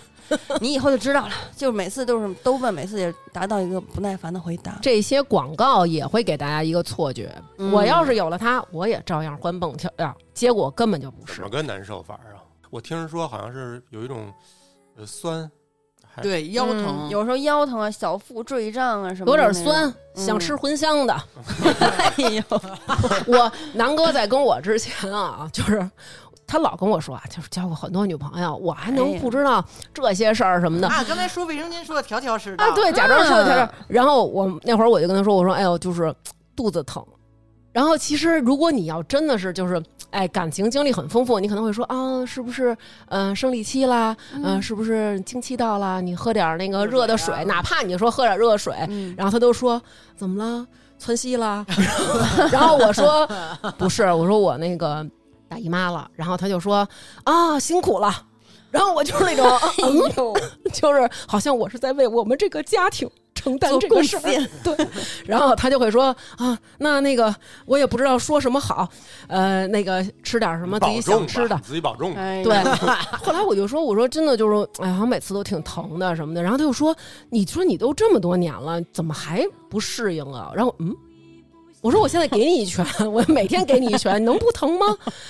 你以后就知道了。就是每次都是都问，每次也达到一个不耐烦的回答。这些广告也会给大家一个错觉，嗯我要是有了它，我也照样欢蹦跳跳，结果根本就不怎是么。个难受法啊？我听人说好像是有一种呃酸，还对腰嗯疼，有时候腰疼啊，小腹坠胀啊什么，有点酸，，嗯想吃茴香 的。哎 呦，我南哥在跟我之前啊，就是他老跟我说啊，就是交过很多女朋友，我还能不知道这些事儿什么的。啊，刚才说卫生巾说的条条是道，啊，对，假装说嗯他是。然后我那会儿我就跟他说，我说，哎呦，就是肚子疼。然后其实如果你要真的是就是，哎，感情经历很丰富，你可能会说啊，是不是嗯、呃生理期啦，嗯、是不是经期到啦？你喝点儿那个热的水，啊哪怕你说喝点儿热水，嗯然后他都说怎么了， 窜稀啦。 然后我说不是，我说我那个大姨妈了。然后他就说啊，辛苦了。然后我就是那种，嗯哎呦，就是好像我是在为我们这个家庭承担做这贡个事儿，献， 对。然后他就会说啊，那那个我也不知道说什么好，呃，那个吃点什么自己保重想吧吃的你。自己保重吧。哎 呦 对，后来我就说，我说真的就是，哎，好像每次都挺疼的什么的。然后他就说，你说你都这么多年了，怎么还不适应啊？然后嗯，我说我现在给你一拳， 我每天给你一拳，能不疼 吗？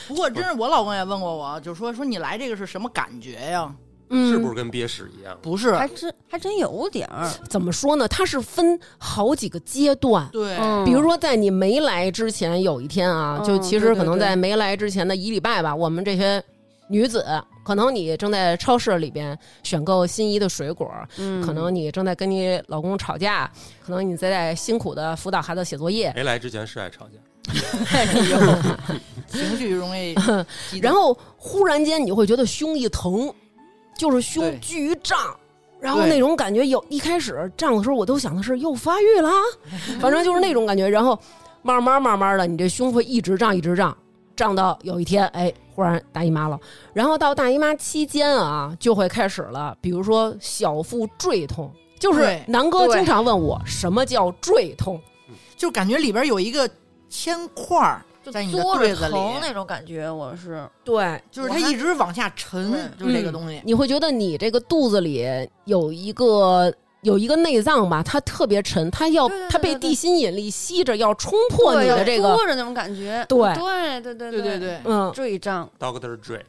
不过真是我老公也问过我，就说说你来这个是什么感觉呀？哎嗯，是不是跟憋屎一样？不是，还真还真有点儿，怎么说呢？它是分好几个阶段。对， 比如说，在你没来之前有一天啊，嗯就其实可对对能对在没来之前的一礼拜吧，我们这些女子，可能你正在超市里边选购心仪的水果，嗯可能你正在跟你老公吵架，可能你在在辛苦的辅导孩子写作业，没来之前是爱吵架，哎情绪容易激动， 然后忽然间你会觉得胸一疼，就是胸对巨胀。然后对那种感觉有，一开始胀的时候，我都想的是又发育了啊，反正就是那种感觉。然后慢慢慢慢的，你这胸会一直胀，一直胀，胀到有一天，哎，忽然大姨妈了。然后到大姨妈期间啊，就会开始了，比如说小腹坠痛，就是对南哥对经常问我什么叫坠痛，就感觉里边有一个铅块儿就在你的嘬坠着子里，疼那种感觉，我是对，就是我它还一直往下嗯沉，就是这个东西。你会觉得你这个肚子里有一个有一个内脏吧，它特别沉，它要对对对它被对对地心引力吸着，要冲破你的这个，嘬着那种感觉，对对对对对，对，嗯。坠胀 Doctor Dre，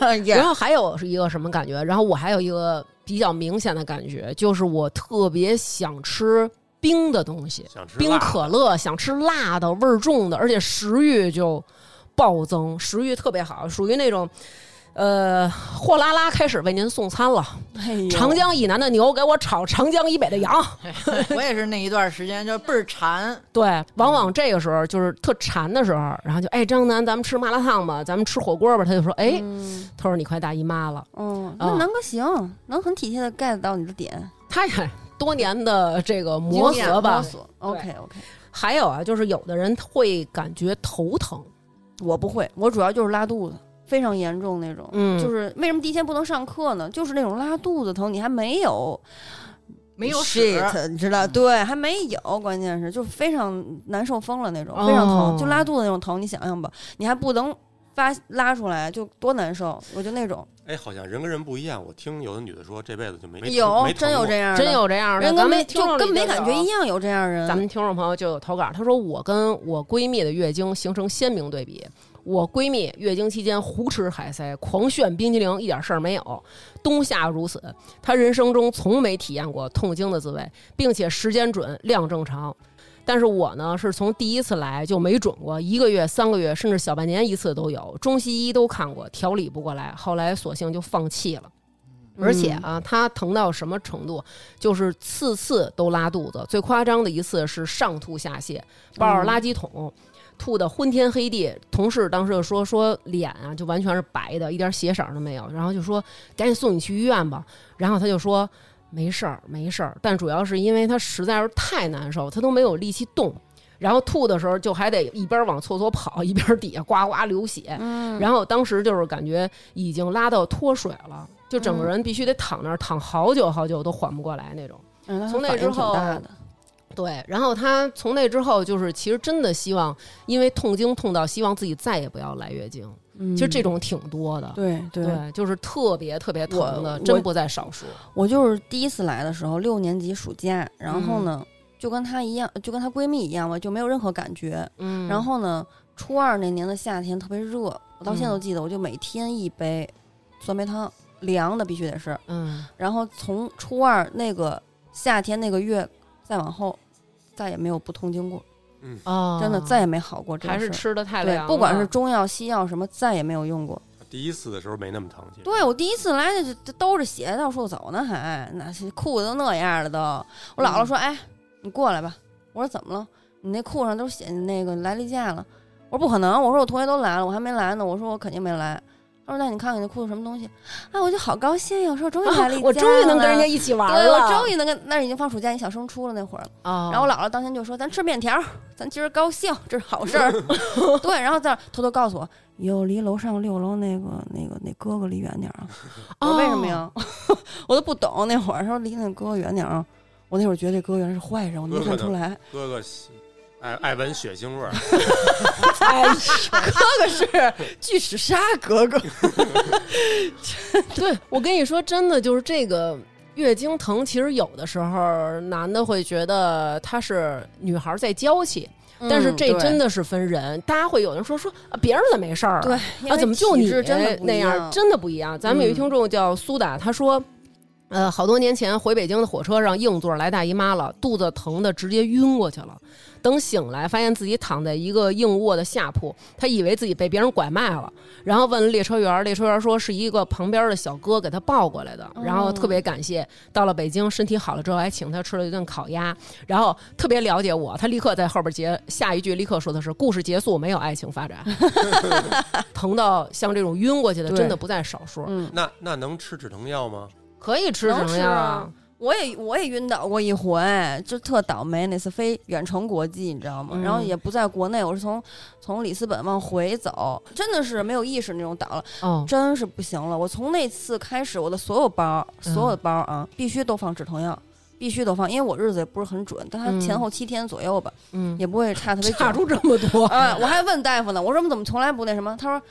然也后还有是一个什么感觉？然后我还有一个比较明显的感觉，就是我特别想吃冰的东西，想吃冰辣可乐，想吃辣的、味儿重的，而且食欲就暴增，食欲特别好，属于那种。呃，货拉拉开始为您送餐了。长江以南的牛给我炒长江以北的羊， 我也是那一段时间就倍儿馋，对，往往这个时候就是特馋的时候，然后就哎，张楠，咱们吃麻辣烫吧，咱们吃火锅吧。他就说，哎，嗯他说你快大姨妈了。嗯，那啊南哥行，能很体贴的 get 到你的点，他也多年的这个磨经验啊合吧摸。索，OK OK，还有啊，就是有的人会感觉头疼，我不会，我主要就是拉肚子，非常严重那种，嗯就是为什么第一天不能上课呢？就是那种拉肚子疼，你还没有 没有屎， shit，你知道？对，还没有，关键是就是非常难受疯了那种，哦非常疼，就拉肚子那种疼，你想想吧，你还不能发拉出来，就多难受，我就那种哎，好像人跟人不一样。我听有的女的说，这辈子就没没疼有没疼真有过这样的，真有这样的，人跟咱们没听众就跟里没就感觉有一。样，有这样人，咱们听众朋友就有投稿，他说我跟我闺蜜的月经形成鲜明对比。我闺蜜月经期间胡吃海塞，狂炫冰激凌，一点事儿没有。冬夏如此，她人生中从没体验过痛经的滋味，并且时间准、量正常。但是我呢，是从第一次来就没准过，一个月、三个月，甚至小半年一次都有，中西医都看过，调理不过来，后来索性就放弃了。嗯而且啊，她疼到什么程度？就是次次都拉肚子，最夸张的一次是上吐下泻，抱着垃圾桶。吐的昏天黑地，同事当时就说说脸啊，就完全是白的，一点血色儿都没有。然后就说赶紧送你去医院吧。然后他就说没事儿，没事儿。但主要是因为他实在是太难受，他都没有力气动。然后吐的时候就还得一边往厕所跑，一边底下呱呱流血。嗯，然后当时就是感觉已经拉到脱水了，就整个嗯人必须得躺那儿躺好久好久都缓不过来那种。嗯从那反应之挺后大的对，然后她从那之后就是，其实真的希望，因为痛经痛到希望自己再也不要来月经。嗯其实这种挺多的，对啊对对，就是特别特别疼的我，真不在少数。我就是第一次来的时候，六年级暑假，然后呢，就跟她一样，就跟她闺蜜一样吧，就没有任何感觉。嗯，然后呢，初二那年的夏天特别热，我到现嗯在都记得，我就每天一杯酸梅汤，凉的必须得是。嗯，然后从初二那个夏天那个月再往后，再也没有不痛经过，哦，真的再也没好过这个还是事儿吃的太对凉，了，不管是中药西药什么，再也没有用过。第一次的时候没那么疼，其实对我第一次来就就兜着鞋到处走呢，还那是裤子都那样了都。嗯我姥姥说：“哎，你过来吧。”我说：“怎么了？你那裤上都写那个来例假了。”我说：“不可能！”我说：“我同学都来了，我还没来呢。”我说：“我肯定没来。”他说：“那你看看你裤子什么东西？”啊，我就好高兴呀！我说：“我终于来例啊假了、我终于能跟人家一起玩对，了，我终于能跟那已经放暑假，你小升初了那会儿。哦。然后我姥姥当天就说：“咱吃面条儿，咱今儿高兴，这是好 事儿。”对，然后在那儿偷偷告诉我，以后离楼上六楼那个那个那哥哥离远点儿啊。哦我说为什么呀？ 我都不懂那会儿，说离那哥哥远点儿啊。我那会儿觉得这哥哥原来是坏人，我没看出来。哥哥喜爱爱闻血腥味儿，哎，哥哥是巨齿鲨哥哥，对，我跟你说，真的就是这个月经疼，其实有的时候男的会觉得他是女孩在娇气，嗯但是这真的的是分人，大家会有人说说啊，别人怎么没事儿啊？对，因啊，为怎么就体你质真的不一那样？真的不一样。咱们有一嗯听众叫苏打，他说。呃，好多年前回北京的火车上，硬座来大姨妈了，肚子疼的直接晕过去了。等醒来，发现自己躺在一个硬卧的下铺，她以为自己被别人拐卖了，然后问列车员，列车员说是一个旁边的小哥给她抱过来的，然后特哦别感谢。到了北京，身体好了之后，还请她吃了一顿烤鸭，然后特别了解我，她立刻在后边结下一句，立刻说的是故事结束，没有爱情发 展。疼到像这种晕过去的，对真的不在少数，嗯，那那能吃止疼药吗？可以吃什么呀？啊我也我也晕倒过一回，就特倒霉。那次飞远程国际，你知道吗？嗯然后也不在国内，我是从从里斯本往回走，真的是没有意识那种倒了，哦，真是不行了。我从那次开始，我的所有包，嗯所有的包啊，必须都放止疼药，必须都放，因为我日子也不是很准，但它嗯前后七天左右吧，嗯，也不会差特别 久。差出这么多，啊！我还问大夫呢，我说我们怎么从来不那什么？他说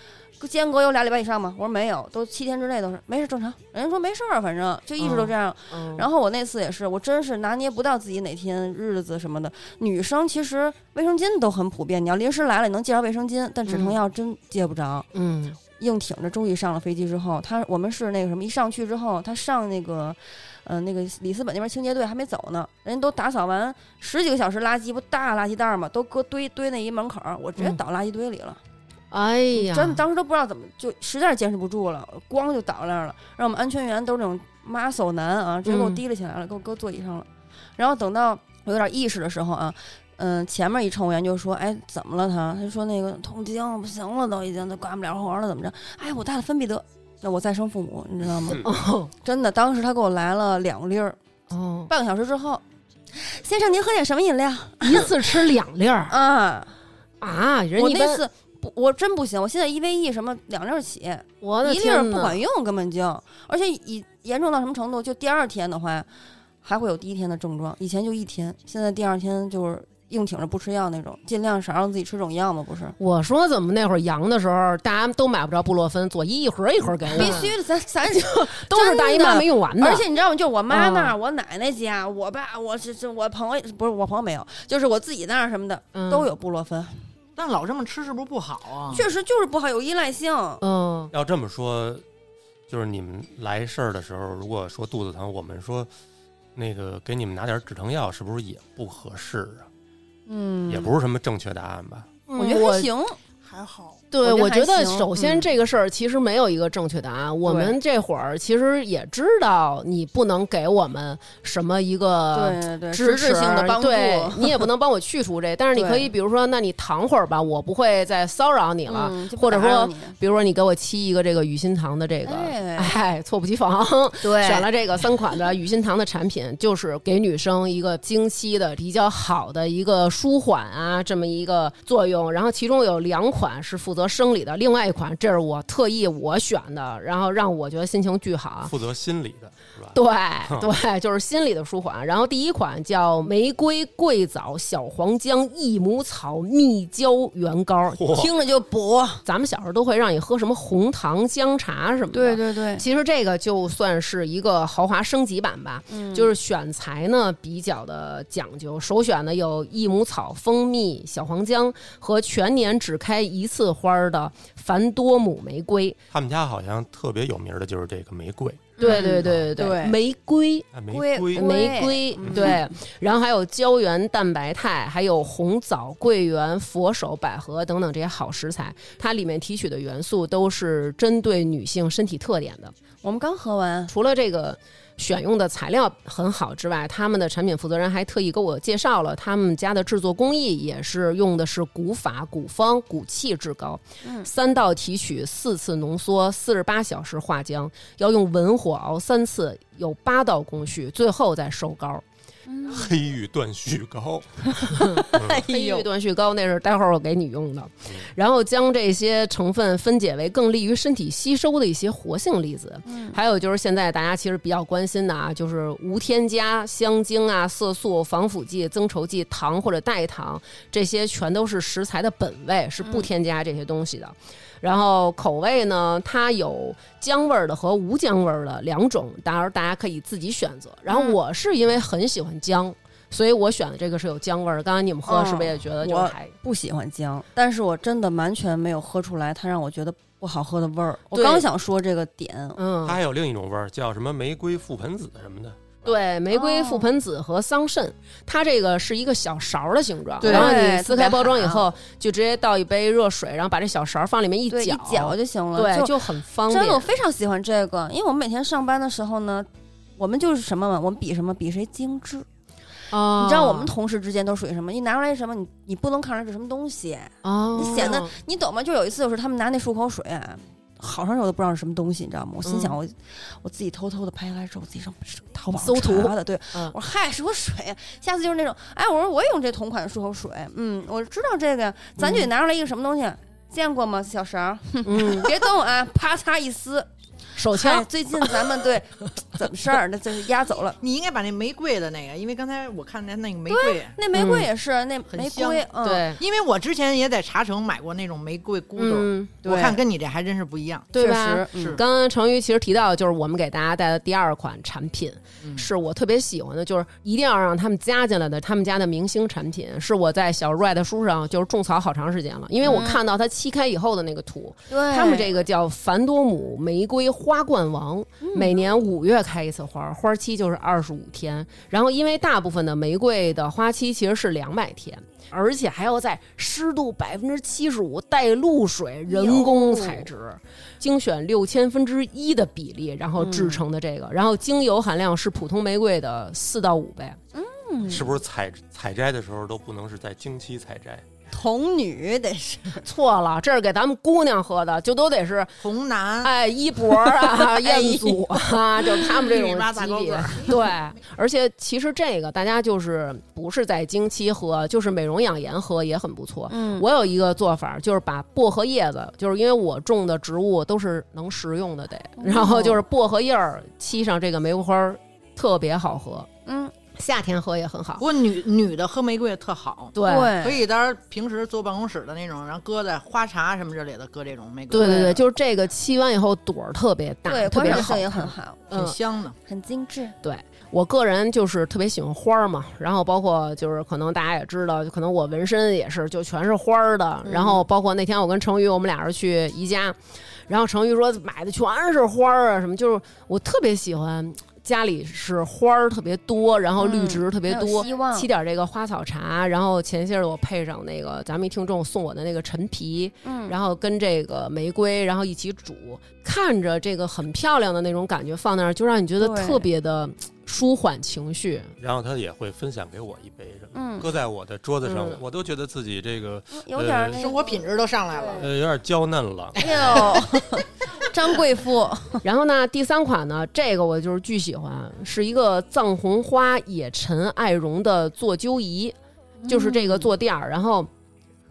间隔有俩礼拜以上吗？我说没有，都七天之内都是没事正常。人家说没事儿，啊反正就一直都嗯这样。然然后我那次也是，我真是拿捏不到自己哪天日子什么的。女生其实卫生巾都很普遍，你要临时来了，你能借着卫生巾，但止疼药真借不着。嗯硬挺着，终于上了飞机之后，他我们是那个什么，一上去之后，他上那个，呃，那个里斯本那边清洁队还没走呢，人家都打扫完十几个小时垃圾，不大垃圾袋嘛，都搁堆堆那一门口儿，我直接嗯倒垃圾堆里了，哎呀，真的当时都不知道怎么，就实在是坚持不住了，咣就倒那儿了，让我们安全员都是那种 muscle 男啊，直接给我嗯提了起来了，给我搁座椅上了，然后等到我有点意识的时候啊。嗯，前面一乘务员就说：“哎，怎么了他？”他说：“那个痛经不行了，都已经都管不了活了，怎么着？”哎，我带了芬必得，那我再生父母，你知道吗？ 嗯哦真的，当时他给我来了两粒儿，哦，半个小时之后，先生您喝点什么饮料一次吃两粒儿啊？啊！人我一那般次不，我真不行，我现在一 v 一什么两粒儿起，我的一粒儿天不呐，管用，根本就，而且以严重到什么程度？就第二天的话，还会有第一天的症状，以前就一天，现在第二天就是硬挺着不吃药那种，尽量少让自己吃这种药嘛，不是？我说怎么那会儿阳的时候，大家都买不着布洛芬，左一一盒一盒给我，必须的，咱咱就都是大姨妈没用完的。而且你知道吗？就我妈那儿、嗯我奶奶家、我爸、我这这我朋友不是我朋友没有，就是我自己那儿什么的、嗯都，有布洛芬，但老这么吃是不是不好啊？确实就是不好，有依赖性。嗯要这么说，就是你们来事儿的时候，如果说肚子疼，我们说那个给你们拿点止疼药，是不是也不合适啊？嗯也不是什么正确答案吧？我觉得还行，还好，对，我我觉觉得还得行嗯首先这个事儿其实没有一个正确答案。我们这会儿其实也知道，你不能给我们什么一个对对，呃支实持质性的帮助。 对你也不能帮我去除这，但是你对可以比如说，那你躺会儿吧，我不会再骚扰你了。嗯，就不或者打扰说你，比如说你给我沏一个这个雨心堂的这个，哎哎，猝不及防，对选了这个三款的雨心堂的产品，就是给女生一个经期的比较好的一个舒缓啊这么一个作用。然后其中有两款是负责生理的，另外一款这是我特意我选的，然后让我觉得心情巨啊好。啊负责心理的是吧？对对，就是心理的舒缓。然后第一款叫玫瑰桂枣小黄姜益母草蜜胶原膏，听着就补。咱们小时候都会让你喝什么红糖姜茶什么的。对对，其实这个就算是一个豪华升级版吧，嗯就是选材呢比较的讲究，首选呢有益母草、蜂蜜、小黄姜和全年只开一次花儿的凡多姆玫瑰。他们家好像特别有名儿的就是这个玫瑰，对对嗯对对对玫瑰。哎玫龟瑰龟玫瑰嗯对，然后还有胶原蛋白肽，还有红枣、桂圆、佛手、百合等等这些好食材，它里面提取的元素都是针对女性身体特点的。我们刚喝完，除了这个选用的材料很好之外，他们的产品负责人还特意给我介绍了他们家的制作工艺，也是用的是古法、古方、古器制膏，嗯三道提取，四次浓缩，四十八小时化浆，要用文火熬三次，有八道工序，最后再收膏。黑玉断续膏，嗯黑玉断续膏那是待会儿我给你用的，然后将这些成分分解为更利于身体吸收的一些活性粒子。嗯还有就是现在大家其实比较关心的啊，就是无添加香精啊、色素、防腐剂、增稠剂、糖或者代糖，这些全都是食材的本味，是不添加这些东西的。嗯然后口味呢，它有姜味儿的和无姜味儿的两种，当然大家可以自己选嗯择。然后我是因为很喜欢姜，所以我选的这个是有姜味儿的。刚刚你们喝哦是不是也觉得就是我还不喜欢姜，但是我真的完全没有喝出来，它让我觉得不好喝的味儿。我对刚想说这个点，嗯它，还有另一种味儿，叫什么玫瑰覆盆子什么的。对，玫瑰哦覆盆子和桑葚，它这个是一个小勺的形状，对然后你撕特别开包装以好后，就直接倒一杯热水，然后把这小勺放里面一对，一搅搅，就行了。对，就就很方便真的，。我非常喜欢这个，因为我们每天上班的时候呢，我们就是什么嘛，我们比什么，比谁精致。哦你知道我们同事之间都属于什么？你拿出来什么，你你不能看出来是什么东西，哦你显得你懂吗？就有一次，就是他们拿那漱口水啊、好长时间我都不知道是什么东西，你知道吗？我心想嗯我，我自己偷偷的拍下来之后，我自己上淘宝搜上图查的，对，嗯我说嗨，漱口水，下次就是那种，哎，我说我也用这同款漱口水，嗯，我知道这个呀，咱就得拿出来一个什么东西，见过吗？小勺 儿， 嗯别动啊，啪嚓一撕，手哎，枪最近咱们 对怎么事儿？那就是压走了。你应该把那玫瑰的那个，因为刚才我看见那个玫瑰，那玫瑰嗯也是，那很玫香瑰，嗯，，对，因为我之前也在茶城买过那种玫瑰骨朵，嗯，对我看跟你这还真是不一样。对确吧？实嗯是刚刚成瑜其实提到，就是我们给大家带的第二款产品，嗯是我特别喜欢的，就是一定要让他们加进来的，他们家的明星产品，是我在小 Red 书上就是种草好长时间了，因为嗯我看到它漆开以后的那个图，对，他们这个叫凡多姆玫瑰花冠王，每年五月开一次花，花期就是二十五天。然后因为大部分的玫瑰的花期其实是两百天，而且还要在湿度百分之七十五、带露水、人工采植，精选六千分之一的比例，然后制成的这个，然后精油含量是普通玫瑰的四到五倍。嗯是不是采采摘的时候都不能是在经期采摘？童女得是，错了，这是给咱们姑娘喝的，就都得是红南，哎，一博啊，彦祖啊，就是他们这种一米八大级高别个儿。对，而且其实这个大家就是不是在经期喝，就是美容养颜喝也很不错。嗯我有一个做法，就是把薄荷叶子，就是因为我种的植物都是能食用的得，然后就是薄荷叶儿沏上这个玫瑰花儿，特别好喝，嗯，夏天喝也很好不。过女女的喝玫瑰特好，对可以当时平时坐办公室的那种，然后搁在花茶什么之类的，搁这种玫瑰，对对对，就是这个沏完以后朵儿特别大，对，特观别赏好性。也很好，嗯挺，香的。很精致。我个人就是特别喜欢花儿嘛，然后包括就是可能大家也知道，就可能我纹身也是就全是花儿的，嗯然后包括那天我跟成宇我们俩人去宜家，然后成宇说买的全是花儿啊什么，就是我特别喜欢家里是花儿特别多，然后绿植特别嗯还有多，希望沏点这个花草茶，然后前些日子我配上那个咱们一听众送我的那个陈皮，嗯然后跟这个玫瑰，然后一起煮，看着这个很漂亮的那种感觉放那儿，就让你觉得对特别的舒缓情 绪。然后他也会分享给我一杯什么，嗯，搁在我的桌子上，嗯我都觉得自己这个有点儿那个呃生活 品。质都上来了。呃有点娇嫩了。哎呦，张 贵妇，然后呢，第三款呢，这个我就是巨喜欢，是一个藏红花野陈艾绒的做灸仪，就是这个坐垫儿，然后。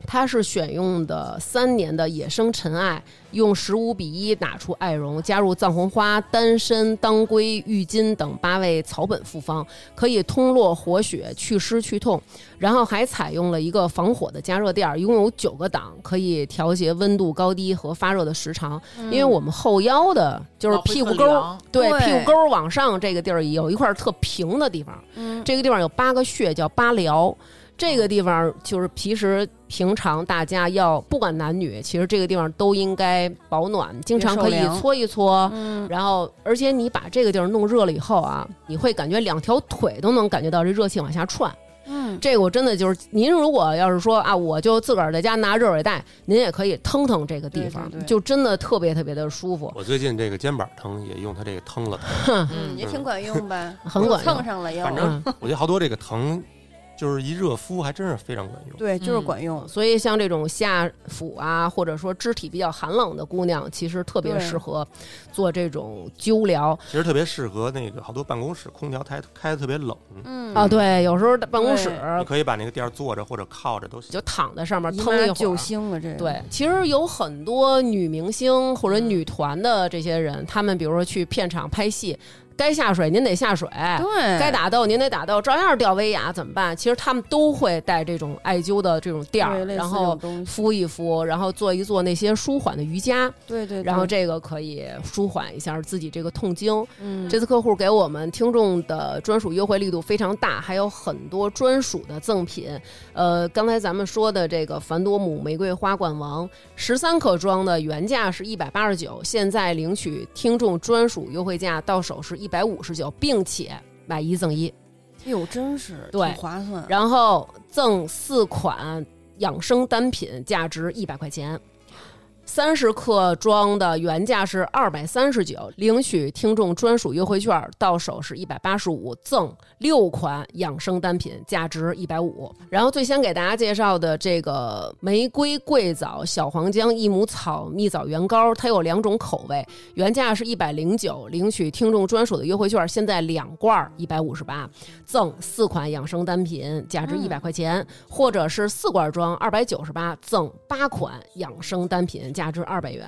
它是选用的三年的野生尘艾，用十五比一打出艾绒，加入藏红花、丹参、当归、郁金等八味草本复方，可以通络活血、祛湿去痛。然后还采用了一个防火的加热垫儿，一共有九个档，可以调节温度高低和发热的时长。因为我们后腰的，就是老会屁股特沟儿凉，对对屁股沟儿往上这个地儿有一块儿特平的地方，嗯，哦这个地方有八个穴叫八髎。这个地方就是平时平常大家要不管男女，其实这个地方都应该保暖，经常可别以受凉搓一搓。嗯然后，而且你把这个地儿弄热了以后啊，你会感觉两条腿都能感觉到这热气往下窜。嗯，这个我真的就是，您如果要是说啊，我就自个儿在家拿热水袋，您也可以腾腾这个地方，对对对就真的特别特别的舒服，我最近这个肩膀疼，也用它这个疼 了疼。嗯，也挺管用吧， 很管蹭用。上了又，反正嗯，我觉得好多这个疼，就是一热敷，还真是非常管用。对，就是嗯管用，所以像这种下腹啊，或者说肢体比较寒冷的姑娘，其实特别对适合做这种灸疗其实特别适合那个好多办公室空调开开的特别冷，嗯啊。对，有时候办公室你可以把那个垫儿坐着或者靠着都行。就躺在上面姨腾一妈会儿。救星了，这个对，其实有很嗯多女明星或者女团的这些人，他们比如说去片场拍戏，该下水您得下水，对，该打斗您得打斗，照样掉威亚怎么办？其实他们都会带这种艾灸的这种垫儿，对类似然这后种东西敷一敷，然后做一做那些舒缓的瑜伽，对对，对然后这个可以舒缓一下自己这个痛经。嗯这次客户给我们听众的专属优惠力度非常大，还有很多专属的赠品。呃，刚才咱们说的这个凡多姆玫瑰花冠王，十三克装的原价是一百八十九，现在领取听众专属优惠价到手是一百五十九，并且买一赠一，哟，哎真是对挺划算，然后赠四款养生单品，价值一百块钱。三十克装的原价是二百三十九，领取听众专属优惠券，到手是一百八十五，赠六款养生单品，价值一百五。然后最先给大家介绍的这个玫瑰桂枣小黄姜益母草蜜枣原膏，它有两种口味，原价是一百零九，领取听众专属的优惠券，现在两罐一百五十八，赠四款养生单品，价值一百块钱，或者是四罐装二百九十八，赠八款养生单品，价值二百元。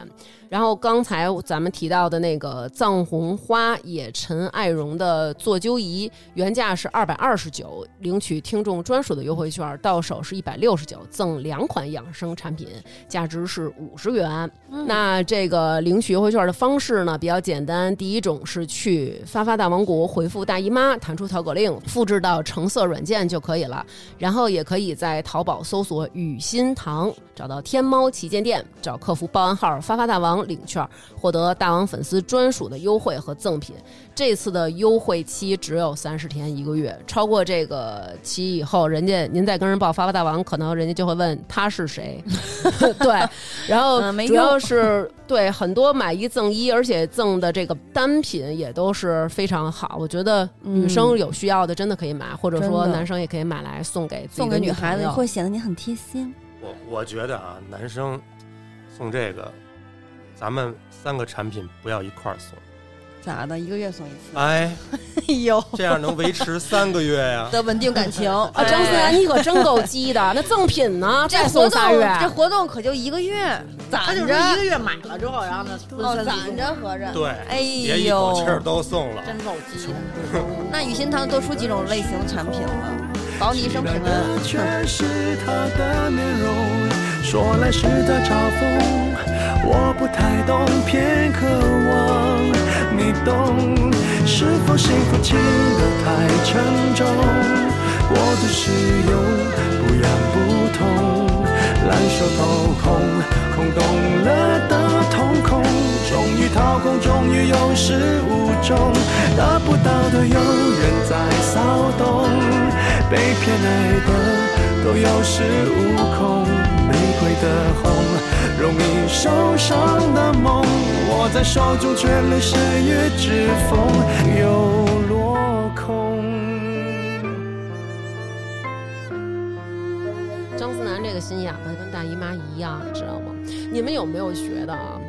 然后刚才咱们提到的那个藏红花野陈艾绒的坐灸仪，原价是二百二十九，领取听众专属的优惠券，到手是一百六十九，赠两款养生产品，价值是五十元。那这个领取优惠券的方式呢比较简单，第一种是去发发大王国回复“大姨妈”，弹出淘口令，复制到橙色软件就可以了。然后也可以在淘宝搜索“雨心堂”，找到天猫旗舰店，找客服报暗号“发发大王”领券，获得大王粉丝专属的优惠和赠品。这次的优惠期只有三十天一个月，超过这个期以后，人家您再跟人报发发大王，可能人家就会问他是谁。 对，然后嗯没主要用是对很多买一赠一，而且赠的这个单品也都是非常好。我觉得女生有需要的真的可以买，或者说嗯真的男生也可以买来送给自己送的给女女孩朋子友会显得你很贴心，我我觉得啊，男生送这个，咱们三个产品不要一块儿送。咋的？一个月送一 次，哎，哎呦，这样能维持三个月呀、的稳定 感情啊啊，张思楠涵，你可真够鸡的！那赠品呢？这再活送动仨月，这活动可就一个月，他攒就着是一个月买了之后，然后呢，哦，分三次攒着合着，对，哎别一口气儿呦，都送了。真够鸡的。那雨欣堂都出几种类型的产品了，保你一生平安。的全是他的面容，说来是他嘲讽，我不太懂，偏渴望你懂。是否幸福轻得太沉重，过度使用，不痒不痛，烂熟透红，空洞了的瞳孔，终于掏空，终于有始无终，得不到的有人在骚动，被偏爱的都有恃无恐。玫瑰的红，容易受伤的梦，握在手中却流失于指缝，又落空。张思楠这个心眼子跟大姨妈一样，你知道吗？你们有没有觉得啊？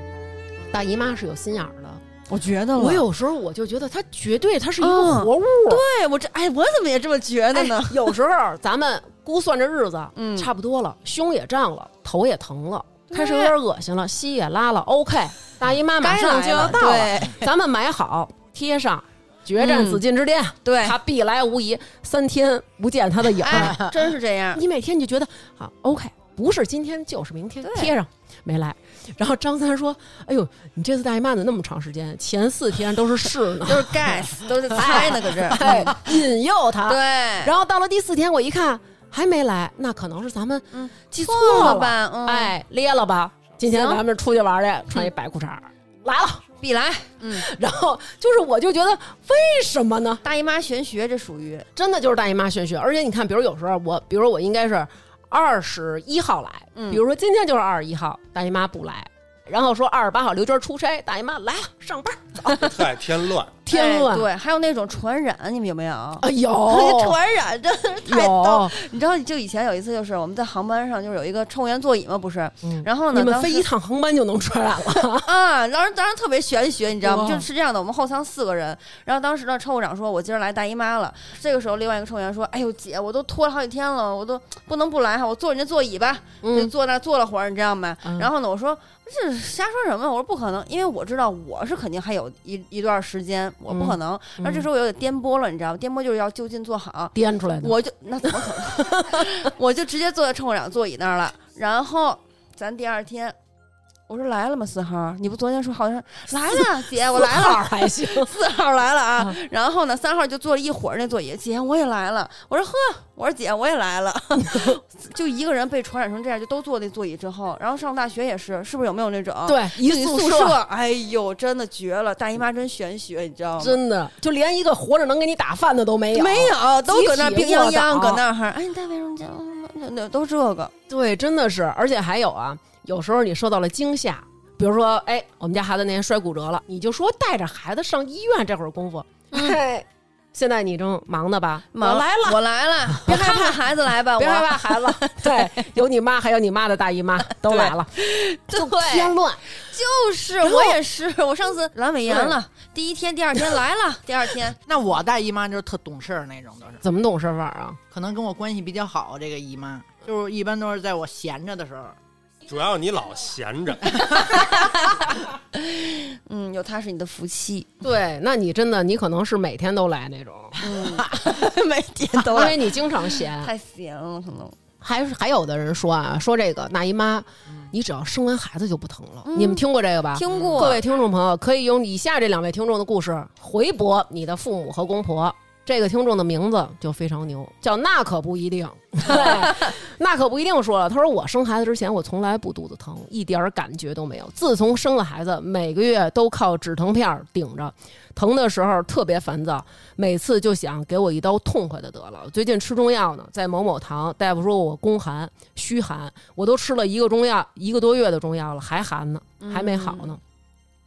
大姨妈是有心眼儿的。我觉得我有时候我就觉得她绝对她是一个嗯活物。对我这哎，我怎么也这么觉得呢？哎有时候咱们估算着日子， 嗯差不多了，胸也胀了，头也疼了，开始有点恶心了，稀也拉了。OK，大姨妈马该上来就要了到哎了，对咱们买好贴上。决战紫禁之巅，对，他必来无疑。三天不见他的影儿， 哎，真是这样。你每天你就觉得啊，OK，不是今天就是明天对，贴上没来。然后张三说：“哎呦，你这次大姨妈怎么那么长时间？前四天都是试呢都，是 guess，都是猜呢，可是，哎，引诱 他。嗯对，然后到了第四天，我一看还没来，那可能是咱们嗯记错错了了吧？嗯，，哎，咧了吧？今天行咱们出去玩去，穿一白裤衩儿来了。必来。嗯，然后就是，我就觉得为什么呢？大姨妈玄学这属于真的就是大姨妈玄学。而且你看，比如有时候我，比如我应该是二十一号来，嗯比如说今天就是二十一号，大姨妈不来，然后说二十八号刘娟出差，大姨妈来了上班，太添乱，添乱。哎对，还有那种传染，你们有没有？啊，有 传染真的是太逗有，，你知道，就以前有一次，就是我们在航班上，就是有一个抽烟座椅嘛，不是？嗯然后呢，你们当飞时一趟航班就能传染 了，啊，当时当时特别玄学，你知道吗？哇就是这样的，我们后舱四个人，然后当时呢，乘务长说：“我今儿来大姨妈了。”这个时候，另外一个乘务员说：“哎呦姐，我都拖了好几天了，我都不能不来哈，我坐人家座椅吧。”就嗯坐那儿坐了会儿，你知道吗嗯？然后呢，我说这瞎说什么？我说不可能，因为我知道我是肯定还有有一一段时间，我不可能。嗯然后这时候我有点颠簸了，你知道吗？颠簸就是要就近坐好，颠出来的。我就那怎么可能？ 我就直接坐在乘务长座椅那儿了。然后咱第二天，我说来了吗？四号，你不昨天说好像来了，姐，我来四号了。还 行， 四号来了啊啊，然后呢，三号就坐了一会儿那座椅，姐我也来了，我说呵，我说姐我也 来了，就一个人被传染成这样，就都坐那座椅之后，然后上大学也是，是不是有没有那种对，啊一自己宿宿舍哎呦，真的绝了，大姨妈真玄学，你知道吗？真的就连一个活着能给你打饭的都没有，没有，都搁那儿哎集病体殃卧殃，倒搁那儿，哎，你带卫生巾，嗯那那都这个，对，真的是，而且还有啊，有时候你受到了惊吓，比如说，哎，我们家孩子那天摔骨折了，你就说带着孩子上医院这会儿功夫，嘿，现在你正嗯忙呢吧？妈我来了，我 来了，别害怕，孩子来吧，别害我，怕，孩子， 对，有你妈，还有你妈的大姨 妈都来了，添 对，乱，就是然后我也是，我上次阑尾炎了，第一天、第二天来 了，第二天那我大姨妈就是特懂事儿那种，都是怎么懂事法啊？可能跟我关系比较好。这个姨妈嗯就是一般都是在我闲着的时候，主要你老闲着，嗯，有他是你的福气，对，那你真的，你可能是每天都来那种， 嗯，每天因为你经常闲。太闲了，可能还是还有的人说啊，说这个大姨妈，你只要生完孩子就不疼了，你们听过这个吧？听过，啊嗯各位听众朋友，可以用以下这两位听众的故事回驳你的父母和公婆。这个听众的名字就非常牛，叫那可不一定。对， 那可不一定说了，他说我生孩子之前我从来不肚子疼，一点儿感觉都没有。自从生了孩子，每个月都靠止疼片儿顶着，疼的时候特别烦躁，每次就想给我一刀痛快的得了。最近吃中药呢，在某某堂，大夫说我宫寒、虚寒，我都吃了一个中药一个多月的中药了，还寒呢，嗯还没好呢。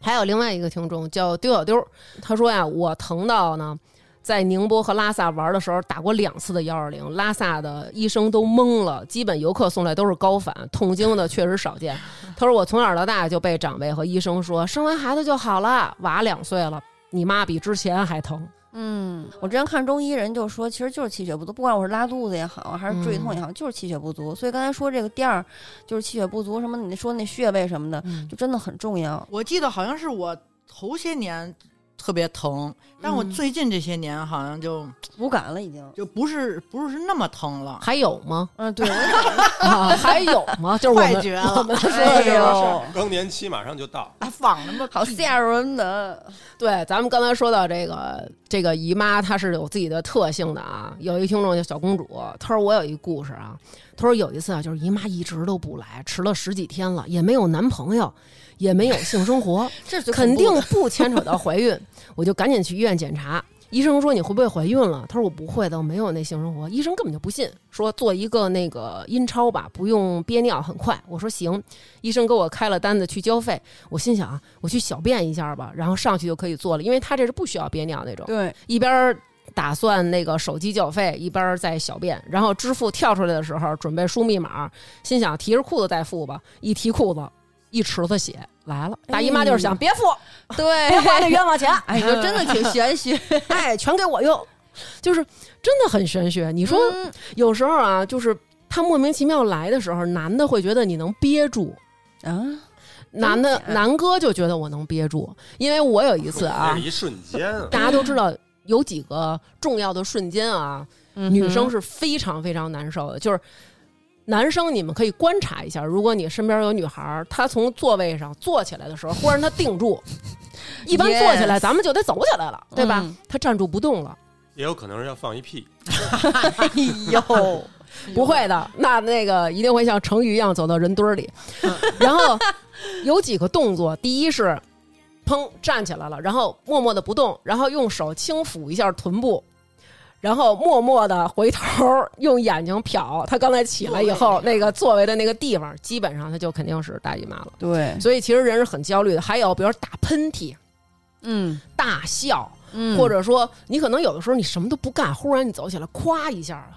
还有另外一个听众叫丢小丢，他说呀，我疼到呢，在宁波和拉萨玩的时候打过两次的幺二零，拉萨的医生都懵了，基本游客送来都是高反，痛经的确实少见。他说我从小到大就被长辈和医生说，生完孩子就好了，娃两岁了。你妈比之前还疼，嗯，我之前看中医人就说，其实就是气血不足，不管我是拉肚子也好，还嗯是坠痛也好，就是气血不足。所以刚才说这个垫儿，就是气血不足，什么你说那穴位什么的，就真的很重要。我记得好像是我头些年特别疼，但我嗯最近这些年好像就无感了已经。就不是不是那么 疼了，还有吗？嗯， 对，啊，还有吗？就是我快们绝了我们说的哎这个事儿。呦，更年期马上就到，还放那么好吓人的。对，咱们刚才说到这个这个姨妈，她是有自己的特性的啊。有一听众叫小公主，她说我有一故事啊，她说有一次啊，就是姨妈一直都不来，迟了十几天了，也没有男朋友，也没有性生活，这是最肯恐定怖的不牵扯到怀孕，我就赶紧去医院检查。医生说你会不会怀孕了？她说我不会的，我没有那性生活。医生根本就不信，说做一个那个阴超吧，不用憋尿，很快。我说行，医生给我开了单子去交费。我心想啊，我去小便一下吧，然后上去就可以做了，因为他这是不需要憋尿那种。对，一边儿打算那个手机缴费，一边儿在小便，然后支付跳出来的时候，准备输密码，心想提着裤子再付吧，一提裤子，一池子血来了。大姨妈就是想、哎别付，对，别花这冤枉钱， 哎呦，真的挺玄学。哎，全给我用，就是真的很玄学。你说、嗯有时候啊，就是他莫名其妙来的时候，男的会觉得你能憋住。啊，男的真假南哥就觉得我能憋住，因为我有一次啊哎那是，一瞬间啊，大家都知道有几个重要的瞬间啊，嗯女生哼是非常非常难受的，就是。男生，你们可以观察一下，如果你身边有女孩儿，她从座位上坐起来的时候，忽然她定住，一般 Yes 坐起来咱们就得走起来了，对吧？嗯她站住不动了，也有可能是要放一屁，哎呦， 不会的，那那个一定会像成鱼一样走到人堆儿里。然后有几个动作，第一是砰站起来了，然后默默的不动，然后用手轻抚一下臀部。然后默默的回头，用眼睛瞟他刚才起来以后那个座位的那个地方，基本上他就肯定是大姨妈了。对，所以其实人是很焦虑的。还有比如打喷嚏、嗯大笑，嗯，或者说你可能有的时候你什么都不干，忽然你走起来，咵一下，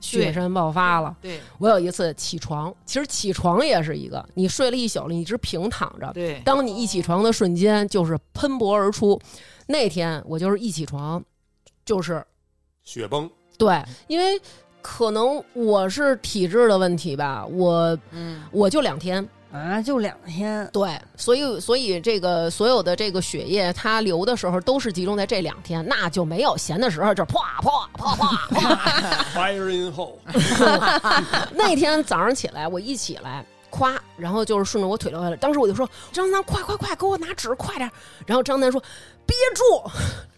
血山爆发了。对我有一次起床，其实起床也是一个，你睡了一宿了，你一直平躺着，对，当你一起床的瞬间就是喷薄而出。那天我就是一起床，就是雪崩。对，因为可能我是体质的问题吧，我嗯我就两天，啊，就两天，对，所以所以这个所有的这个血液，它流的时候都是集中在这两天，那就没有闲的时候，就是啪啪啪啪啪。 Fire in hole，那天早上起来，我一起来，夸，然后就是顺着我腿流下来。当时我就说：“张楠，快快快，给我拿纸，快点！”然后张楠说：“憋住，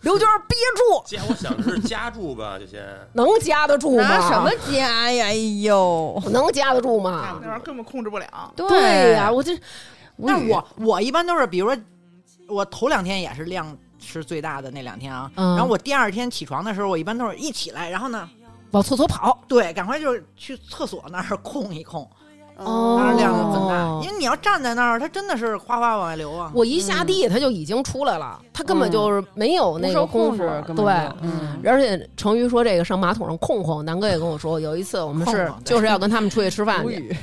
刘娟，憋住，家我想的是家住吧，就先能夹得住吗？拿什么家呀？哎呦，能夹得住那吗玩意儿根本控制不了。对呀、我这无但语我我一般都是，比如说我头两天也是量是最大的那两天啊，嗯然后我第二天起床的时候，我一般都是一起来，然后呢，往厕所跑，对，赶快就是去厕所那儿控一控，哦当然量的就很增大大，因为你要站在那儿，它真的是哗哗往外流啊。我一下地它就已经出来了，它根本就是没有那个嗯不受功控夫制，，根本就对。嗯，而且成瑜说这个上马桶上控控，南哥也跟我说，有一次我们是控控对就是要跟他们出去吃饭 无去，语，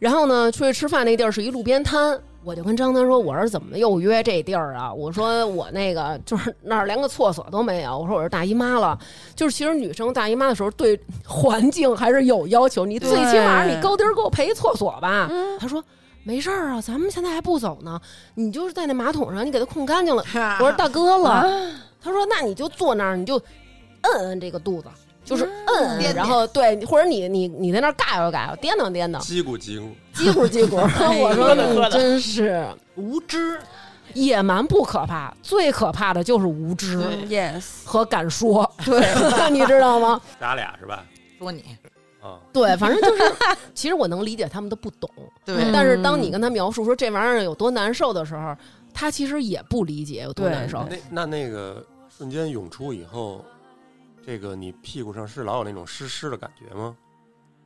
然后呢，出去吃饭那地儿是一路边摊，我就跟张丹说：“我说怎么又约这地儿啊？”我说：“我那个就是那儿连个厕所都没有。”我说：“我是大姨妈了。”就是其实女生大姨妈的时候对环境还是有要求，你最起码你高低儿给我配一厕所吧。嗯他说。没事儿啊，咱们现在还不走呢，你就是在那马桶上，你给它控干净了。啊我说大哥了，啊他说那你就坐那儿，你就摁摁这个肚子，就是嗯摁摁，然后对，或者你你你在那儿尬悠尬悠，颠荡颠荡，叽咕叽咕，叽咕叽咕。 我哎说你真是 无知，野蛮不可怕，最可怕的就是无知对 yes，和敢说，对， 你知道吗？咱俩是吧？说你啊，对，反正就是， 其实我能理解他们的 不懂，对，但是嗯当你跟他描述说这玩意儿有多难受的时候，他其实也不理解有多对难受。那那那个瞬间涌出以后，这个你屁股上是老有那种湿湿的感觉吗？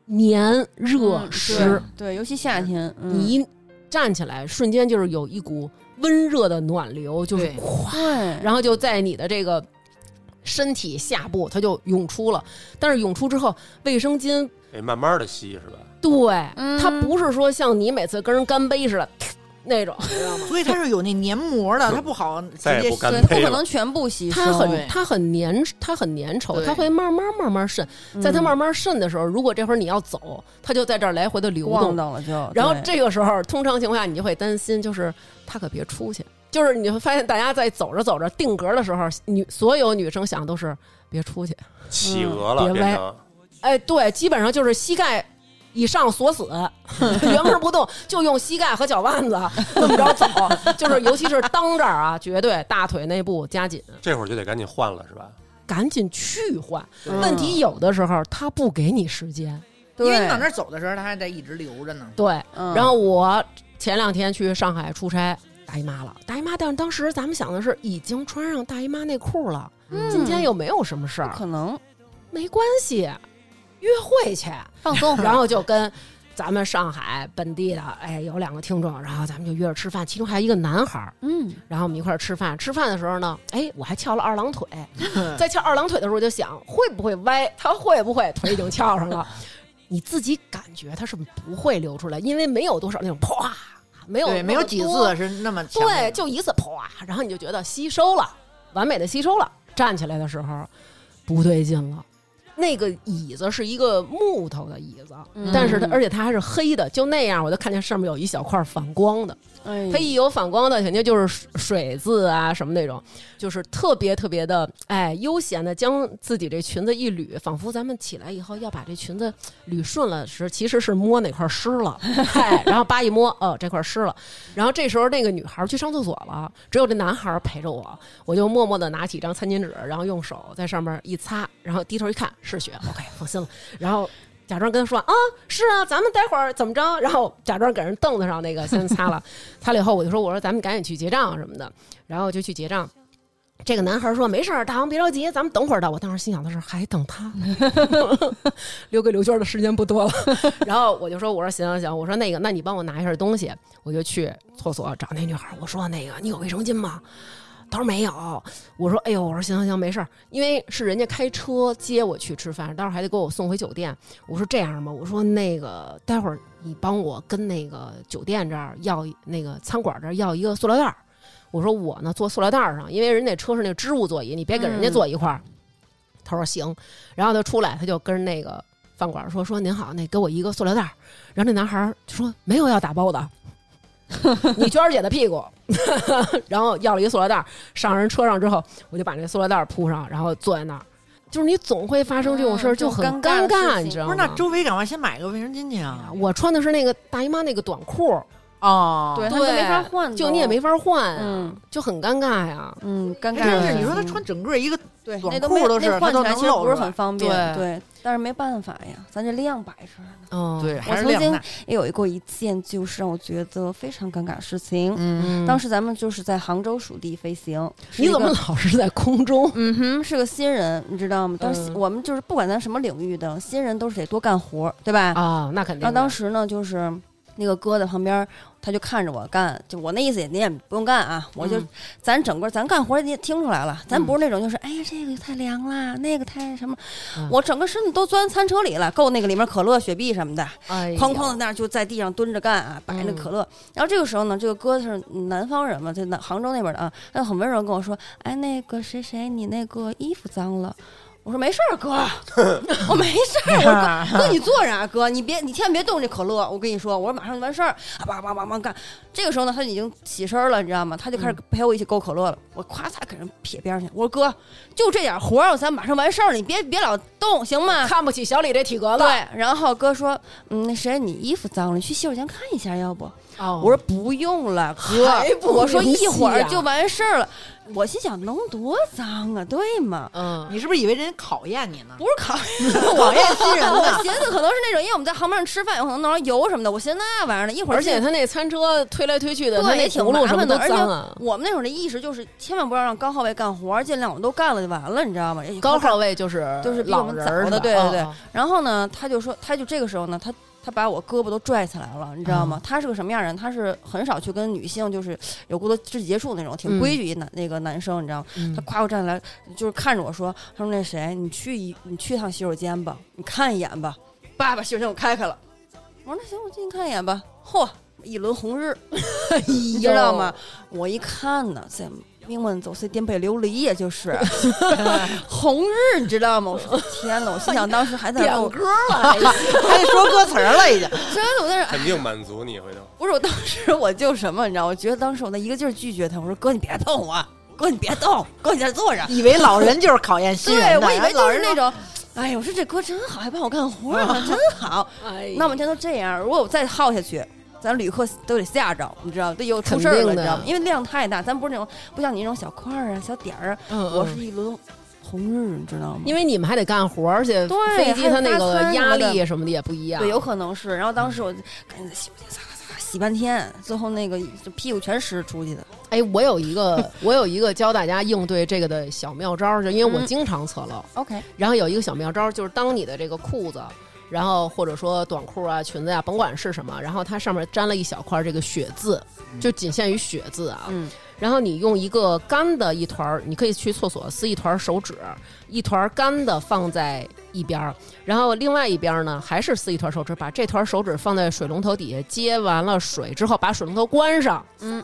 黏热嗯湿，，对对，尤其夏天，嗯你一站起来，瞬间就是有一股温热的暖流，就是对哗对，然后就在你的这个身体下部，它就涌出了。但是涌出之后，卫生巾得慢慢的吸是吧？对、嗯它不是说像你每次跟人干杯似的那种，你知道吗？所以它是有那黏膜的，它不好直再也接不干对，杯不可了能全部吸收，它对很它很粘，它很粘稠，对嗯它会慢慢慢慢渗。嗯在它慢慢渗的时候，如果这会儿你要走，它就在这儿来回的流晃动。荡了就，然后对这个时候，通常情况下你就会担心，就是他可别出去。就是你会发现，大家在走着走着定格的时候，女所有女生想都是别出去。企鹅了，别变歪成哎，对，基本上就是膝盖以上锁死，原门不动，就用膝盖和脚腕子这么着走，就是尤其是裆这儿啊，绝对大腿内部加紧，这会儿就得赶紧换了是吧？赶紧去换。嗯问题有的时候他不给你时间，因为对你往那儿走的时候，它还在一直流着呢。对。嗯然后我前两天去上海出差。大姨妈了，大姨妈，但是当时咱们想的是已经穿上大姨妈内裤了，嗯今天又没有什么事不儿，可能没关系，约会去。放松，然后就跟咱们上海本地的，哎，有两个听众，然后咱们就约着吃饭，其中还有一个男孩儿，嗯，然后我们一块儿吃饭。吃饭的时候呢，哎，我还翘了二郎 腿，在翘二郎腿的时候，我就想会不会歪，他会不会腿已经翘上了？ 你自己感觉他是不会流出来，因为没有多少那种啪，没有对，没有那么几多次是那么强烈对，的就一次啪，然后你就觉得吸收了，完美的吸收了。站起来的时候不对劲了，那个椅子是一个木头的椅子，嗯但是它而且它还是黑的，就那样我就看见上面有一小块反光的，哎它一有反光的肯定就是水水渍啊什么那种，就是特别特别的哎悠闲的将自己这裙子一捋，仿佛咱们起来以后要把这裙子捋顺了时，其实是摸哪块湿了，哎，然后扒一摸，哦这块湿了，然后这时候那个女孩去上厕所了，只有这男孩陪着我，我就默默的拿起一张餐巾纸，然后用手在上面一擦，然后低头一看是血，OK 放心了，然后。假装跟他说啊，是啊，咱们待会儿怎么着？然后假装给人啊凳子上那个先擦了，擦了以后，我就说我说咱们赶紧去结账什么的，然后就去结账。这个男孩说没事儿，大王别着急，咱们等会儿到。我当时心想的是还等他， 留给刘娟的时间不多了。 然后我就说我说行行行，我说那个那你帮我拿一下东西，我就去厕所找那女孩，我说那个你有卫生巾吗？他说没有，我说哎呦，我说行行行，没事儿，因为是人家开车接我去吃饭，待会儿还得给我送回酒店。我说这样吧，我说那个待会儿你帮我跟那个酒店这儿要一那个餐馆这儿要一个塑料袋儿。我说我呢坐塑料袋儿上，因为人家车是那织物座椅，你别给人家坐一块儿。他说行，然后他出来他就跟那个饭馆说说您好，那给我一个塑料袋儿。然后那男孩儿就说没有要打包的， 你娟儿姐的屁股。然后要了一个塑料袋儿，上人车上之后，我就把那塑料袋儿铺上，然后坐在那儿。就是你总会发生这种事儿，嗯这就种很尴尬的事情你知道不吗？是，那周围赶快先买个卫生巾去啊！我穿的是那个大姨妈那个短裤，哦，对，哎他们对没法换，就你也没。法换，嗯就很尴尬呀。嗯，尴哎尬。真是，你说他穿整个一个，对短那都裤没都是那换它都起来能其实露不是出来很方便，对对，但是没办法呀，咱这量摆着呢。嗯，对，我还是曾晾经晒。也有过一件，就是让我觉得非常尴尬的事情。 嗯，当时咱们就是在杭州属地飞行，是你一怎么个老是在空中？嗯哼，是个新人，你知道吗？当时嗯我们就是不管咱什么领域的新人，都是得多干活儿，对吧？啊，那肯定然的。后当时呢，就是那个哥在旁边，他就看着我干，就我那意思也你也不用干啊，我就、嗯咱整个咱干活你也听出来了，咱不是那种就是、哎呀这个太凉啦，那个太什么，嗯我整个身子都钻餐车里了，够那个里面可乐、雪碧什么的，哎呦，嗯哐哐的那儿就在地上蹲着干啊，摆那可乐。然后这个时候呢，这个哥是南方人嘛，在南杭州那边的啊，他就很温柔地跟我说：“哎，那个谁谁，你那个衣服脏了。”我说没事 儿，哥，我没事儿，我 说哥，哥你坐着啊，哥，你别你千万别动这可乐，我跟你说，我说马上就完事儿，啊，叭叭叭叭干。这个时候呢，他已经起身了，你知道吗？他就嗯开始陪我一起勾可乐了，我咵嚓给人撇边上去，我说哥，就这点活儿，咱马上完事儿了，你别别老动，行吗？看不起小李这体格子。对，然后哥说：“嗯，那谁，你衣服脏了，你去洗手间看一下，要不？”哦，我说：“不用了，哥还。不”我说：“明啊一会细儿呀就完事儿了。”我心想：“能多脏啊，对吗？”嗯，你是不是以为人家考验你呢？不是考验 考验新人我呢？寻思可能是那种，因为我们在旁边吃饭，有可能弄上油什么的。我寻思那玩意儿呢，一会儿而且进他那餐车推来推去的，他对那也挺轱辘麻什么烦都的，而且脏啊。我们那会儿的意识就是千万不要让高号位干活，尽量我们都干了就完了，你知道吗？也高号位就是就是比我老们人早儿的是吧对对对哦然后呢，他就说，他就这个时候呢，他他把我胳膊都拽起来了，你知道嗯吗？他是个什么样的人？他是很少去跟女性就是有过多肢体接触那种，挺嗯规矩一男、那个男生，你知道吗？嗯他夸我站起来，就是看着我说，他说那谁，你去一你去趟洗手间吧，你看一眼吧。爸爸洗手间我开开了，我说那行，我进去看一眼吧。嚯，一轮 红日，你知道吗？哎我一看呢，这命运走是颠沛流离，也就是 红日，你知道吗？我说天哪！我心想当时还在那儿跟我点歌了，还行还得说歌词儿了，已经。真的，我在那儿，肯定满足你回头。不是我当时我就什么，你知道？我觉得当时我在一个劲儿拒绝他，我说哥你别动我，哥你别动，哥你在这坐着。 以为老人就是考验新对，人的，我以为然后老就是人那种，哎呦，我说这哥真好，还帮我干活呢， 真好。哎呀那每天都这样，如果我再耗下去。咱旅客都得吓着，你知道，得有出事儿肯了，定你的知道吗？因为量太大，咱不是那种不像你那种小块儿啊、小点儿啊，嗯我是一轮红日，你知道吗？因为你们还得干活，而且对飞机它那还有个发餐压什么的力什么的也不一样。对，有可能是。然后当时我就赶紧在洗手间擦擦擦，洗半天，最后那个就屁股全湿出去的。哎，我有一 个，我有一个教大家应对这个的小妙招儿，就因为我嗯经常侧漏， OK，然后有一个小妙招儿，就是当你的这个裤子，然后或者说短裤啊、裙子呀、甭管是什么，然后它上面沾了一小块这个血渍，就仅限于血渍啊。嗯然后你用一个干的一团儿，你可以去厕所撕一团儿手指，一团儿干的放在一边儿，然后另外一边儿呢还是撕一团手指，把这团手指放在水龙头底下接完了水之后，把水龙头关上，嗯，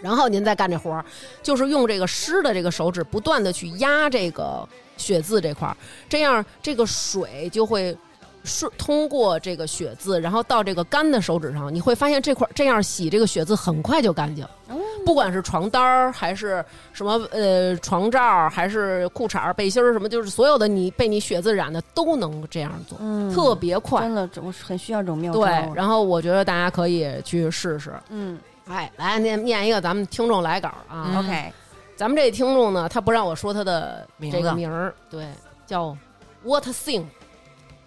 然后您再干这活儿，就是用这个湿的这个手指不断的去压这个血渍这块儿，这样这个水就会。顺通过这个血渍，然后到这个干的手指上，你会发现这块这样洗这个血渍很快就干净。哦不管是床单儿还是什么呃床罩儿，还是裤衩儿、背心儿什么，就是所有的你被你血渍染的都能这样做，嗯特别快真。的，这我是很需要这种妙招对啊。，然后我觉得大家可以去试试。嗯哎，来念念一个咱们听众来稿啊，嗯，OK，咱们这听众呢，他不让我说他的名这个字名儿，对，叫 What Thing。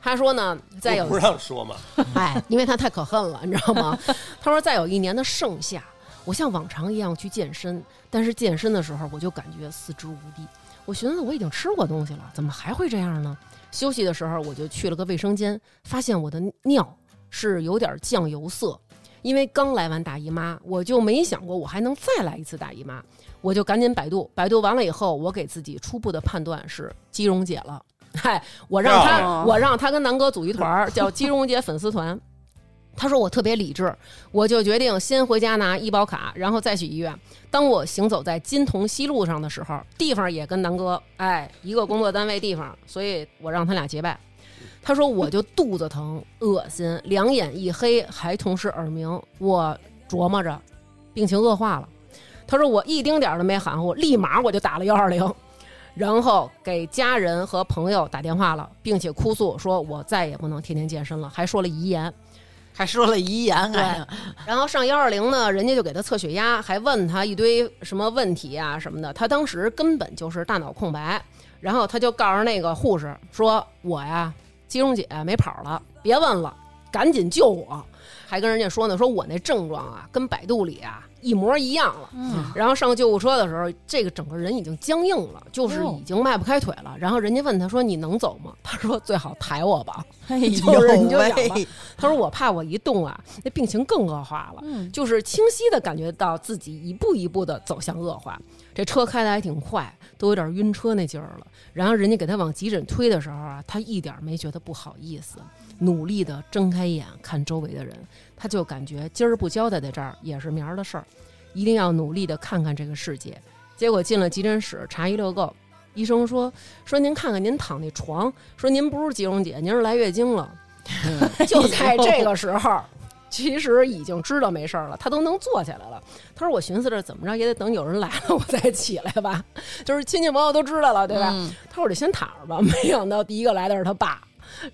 他说呢，再有不让说嘛，哎，因为他太可恨了，你知道吗？ 他说再有一年的盛夏，我像往常一样去健身，但是健身的时候我就感觉四肢无力。我寻思我已经吃过东西了，怎么还会这样呢？休息的时候我就去了个卫生间，发现我的尿是有点酱油色。因为刚来完大姨妈，我就没想过我还能再来一次大姨妈，我就赶紧百度。百度完了以后，我给自己初步的判断是肌溶解了。嗨，我让他，哦我让他跟南哥组一团儿，叫肌溶解粉丝团。他说我特别理智，我就决定先回家拿医保卡，然后再去医院。当我行走在金同西路上的时候，地方也跟南哥哎一个工作单位地方，所以我让他俩结拜。他说我就肚子疼、恶心、两眼一黑，还同时耳鸣。我琢磨着，病情恶化了。他说我一丁点儿都没含糊，立马我就打了幺二零，然后给家人和朋友打电话了，并且哭诉说我再也不能天天健身了，还说了遗言。还说了遗言，对哎呀 然后上幺二零呢，人家就给他测血压，还问他一堆什么问题啊什么的。他当时根本就是大脑空白，然后他就告诉那个护士说：“我呀，姬蓉姐没跑了，别问了，赶紧救我。”还跟人家说呢，说我那症状啊，跟百度里啊一模一样了。嗯， 然后上救护车的时候，这个整个人已经僵硬了，就是哦已经迈不开腿了。然后人家问他说：“你能走吗？”他说：“最好抬我吧。”哎 就是你就呦养吧 喂，他说：“我怕我一动啊，那病情更恶化了。”嗯就是清晰的感觉到自己一步一步的走向恶化。这车开的还挺快，都有点晕车那劲儿了。然后人家给他往急诊推的时候啊，他一点没觉得不好意思，努力的睁开眼看周围的人，他就感觉今儿不交代在这儿也是明儿的事儿，一定要努力的看看这个世界。结果进了急诊室查一溜够，医生说说您看看您躺那床，说您不是吉荣姐，您是来月经了。就在这个时候，其实已经知道没事儿了，他都能坐起来了。他说：“我寻思着怎么着也得等有人来了我再起来吧， 就是亲戚朋友都知道了，对吧？”他说：“我就先躺着吧。” 没想到第一个来的是他爸，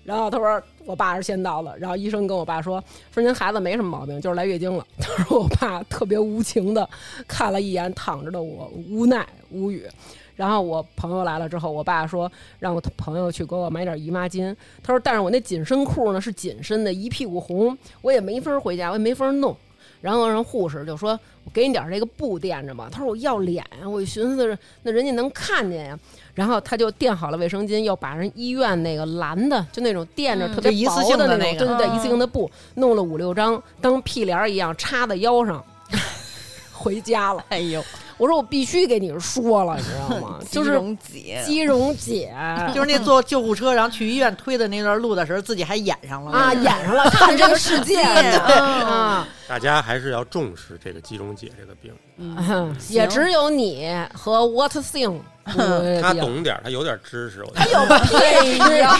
然后他说：“我爸是先到的。”然后医生跟我爸说：“说您孩子没什么毛病，就是来月经了。” 他说：“我爸特别无情的看了一眼躺着的我，无奈无语。”然后我朋友来了之后，我爸说让我朋友去给我买点姨妈巾。他说，但是我那紧身裤呢是紧身的，一屁股红，我也没法儿回家，我也没法儿弄。然后人护士就说：“我给你点儿这个布垫着吧。”他说：“我要脸呀！”我就寻思着，那人家能看见呀。然后他就垫好了卫生巾，又把人医院那个蓝的，就那种垫着嗯特别就一次薄性的的那那种，对对对，个一次性的布，弄了五六张，当屁帘儿一样插在腰上，回家 了。哎呦，我说我必须给你说了，你知道吗？就是容姐，姬蓉 姐就是那坐救护车然后去医院推的那段路的时候，自己还演上了啊，演上了，看这个世 界啊， 啊，大家还是要重视这个肌溶解这个病。嗯啊 也只有你和 What Thing 他懂点儿，他有点知识，我觉得对呀，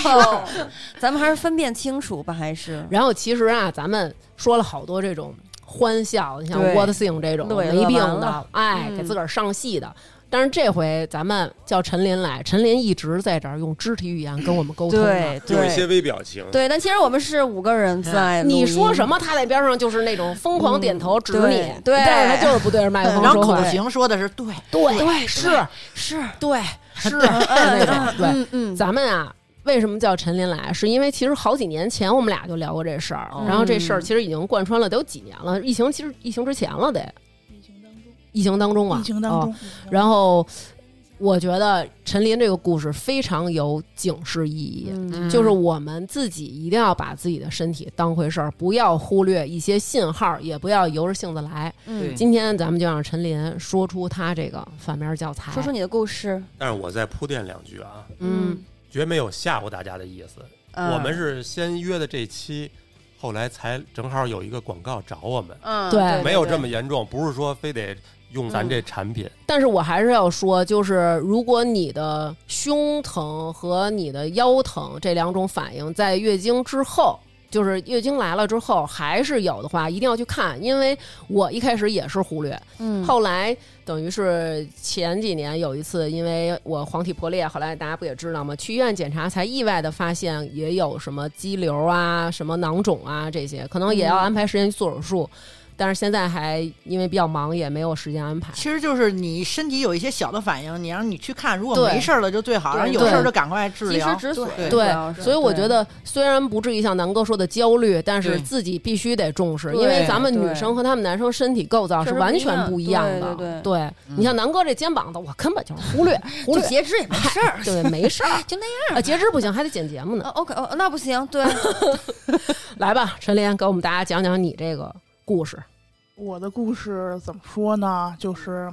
咱们还是分辨清楚吧，还是然后其实啊，咱们说了好多这种欢笑，你像对 What Thing 这种乐也乐没病完的了，哎，嗯给自个儿上戏的。但是这回咱们叫陈琳来，陈琳一直在这儿用肢体语言跟我们沟通呢。对用一些对微表情。对，但其实我们是五个人在，你说什？么，他在边上就是那种疯狂点头指你对，对但是他就是不对着麦克嗯风然后说口话。型说的是对，对对是是，对是那种对。嗯嗯，咱们啊，为什么叫陈林来？是因为其实好几年前我们俩就聊过这事儿，然后这事儿其实已经贯穿了得有几年了，疫情其实疫情之前了得，疫情当中，疫情当中啊，疫情当哦中，然后我觉得陈林这个故事非常有警示意义。嗯就是我们自己一定要把自己的身体当回事儿，不要忽略一些信号，也不要由着性子来。嗯，今天咱们就让陈林说出他这个反面教材，说说你的故事，但是我再铺垫两句啊，嗯，绝没有吓唬大家的意思。嗯，我们是先约的这期，后来才正好有一个广告找我们，嗯，对嗯没有这么严重，不是说非得用咱这产品。但是我还是要说，就是如果你的胸疼和你的腰疼这两种反应在月经之后，就是月经来了之后还是有的话，一定要去看，因为我一开始也是忽略，嗯，后来等于是前几年有一次，因为我黄体破裂，后来大家不也知道吗？去医院检查才意外的发现也有什么肌瘤啊、什么囊肿啊这些，可能也要安排时间去做手术。嗯但是现在还因为比较忙，也没有时间安排。其实就是你身体有一些小的反应，你让你去看，如果对没事儿了就最好，对然后有对事儿就赶快治及时疗。止损，对主对要，是所以我对觉得虽然不至于像南哥说的焦虑，但是对自己必须得重视，对因为咱们女对生和他们男生身体构造确是实完不一全样不一样的。对对对嗯你像南哥这肩膀子，我根本就是忽略忽 就略，截肢也没事儿，对，嗯没事儿就那样。啊，截肢不行，还得剪节目呢哦。，OK，哦，那不行，对，来吧，陈琳，给我们大家讲讲你这个故事。我的故事怎么说呢？就是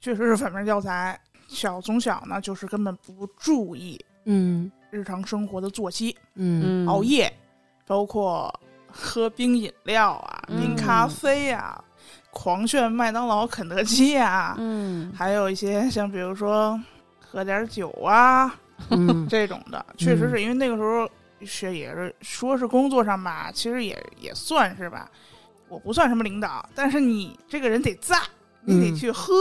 确实是反面教材。小从小呢，就是根本不注意嗯日常生活的作息，嗯熬夜，包括喝冰饮料啊、嗯冰咖啡啊、狂炫麦当劳、肯德基啊，嗯，还有一些像比如说喝点酒啊，嗯这种的，确实是因为那个时候是也是说是工作上吧，其实也也算是吧，我不算什么领导，但是你这个人得在，你嗯得去喝，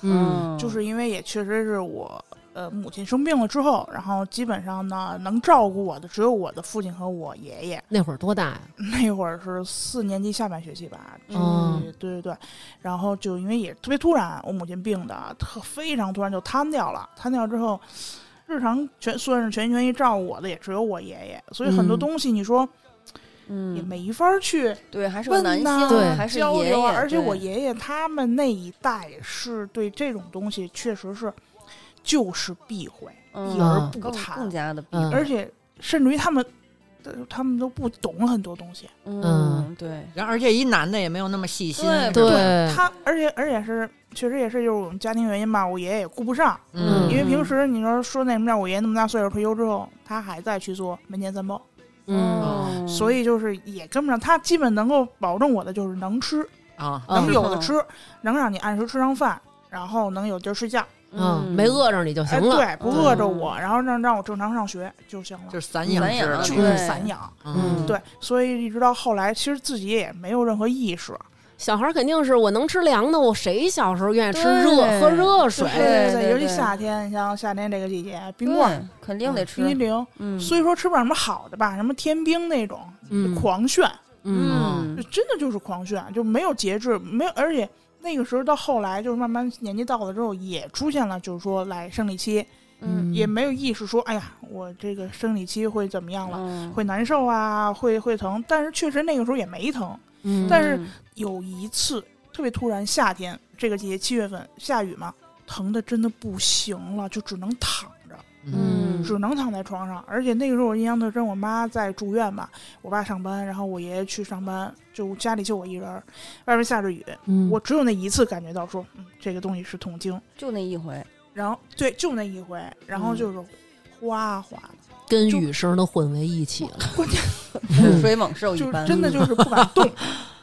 嗯就是因为也确实是我呃母亲生病了之后，然后基本上呢能照顾我的只有我的父亲和我爷爷，那会儿多大呀？那会儿是四年级下半学期吧，嗯哦对对对，然后就因为也特别突然，我母亲病的特非常突然就瘫掉了，瘫掉之后，日常全算是全心全意照顾我的也只有我爷爷，所以很多嗯东西你说也嗯，没法儿去对，还是个问男呐性，对还是交爷爷流，啊，而且对我爷爷他们那一代是对这种东西确实是就是避讳，嗯避而更不更谈，加的，嗯而且甚至于他们呃他们都不懂很多东西。嗯嗯，对，然后而且一男的也没有那么细心，对是吧对，他而且而且是确实也是就是我们家庭原因吧，我爷爷也顾不上，嗯因为平嗯时你说说那什么叫我爷爷那么大岁数退休之后，他还在去做门前三包，嗯哦所以就是也跟不上。他基本能够保证我的就是能吃，啊，嗯能有的吃，能让你按时吃上饭，然后能有地儿睡觉，嗯，没饿着你就行哎，了。对，不饿着我，然后让让我正常上学就行了就，是散养散式的啊养就那对是种，散养。嗯对，所以一直到后来，其实自己也没有任何意识，小孩儿肯定是我能吃凉的，我谁小时候愿意吃热对喝热对水？对对尤其对夏天，你像夏天这个季节，冰对棍儿、嗯肯定得吃冰激，凌，嗯，虽说吃不上什么好的吧，什么天冰那种，嗯狂炫，嗯嗯就真的就是狂炫，就没有节制，没有，而且那个时候到后来，就是慢慢年纪到了之后，也出现了就是说来生理期，嗯也没有意识说，哎呀，我这个生理期会怎么样了，嗯，会难受啊，会会疼，但是确实那个时候也没疼。嗯但是有一次特别突然，夏天这个季节七月份下雨嘛，疼的真的不行了，就只能躺着。嗯只能躺在床上。而且那个时候我印象特深，我妈在住院嘛，我爸上班，然后我爷爷去上班，就家里就我一人儿，外面下着雨，嗯我只有那一次感觉到说，嗯，这个东西是痛经。就那一 回，然后对，就那一回，然后就是哗哗的，跟雨声都混为一起了。关键嗯洪 水猛兽就哦一般，是真的就是不敢动，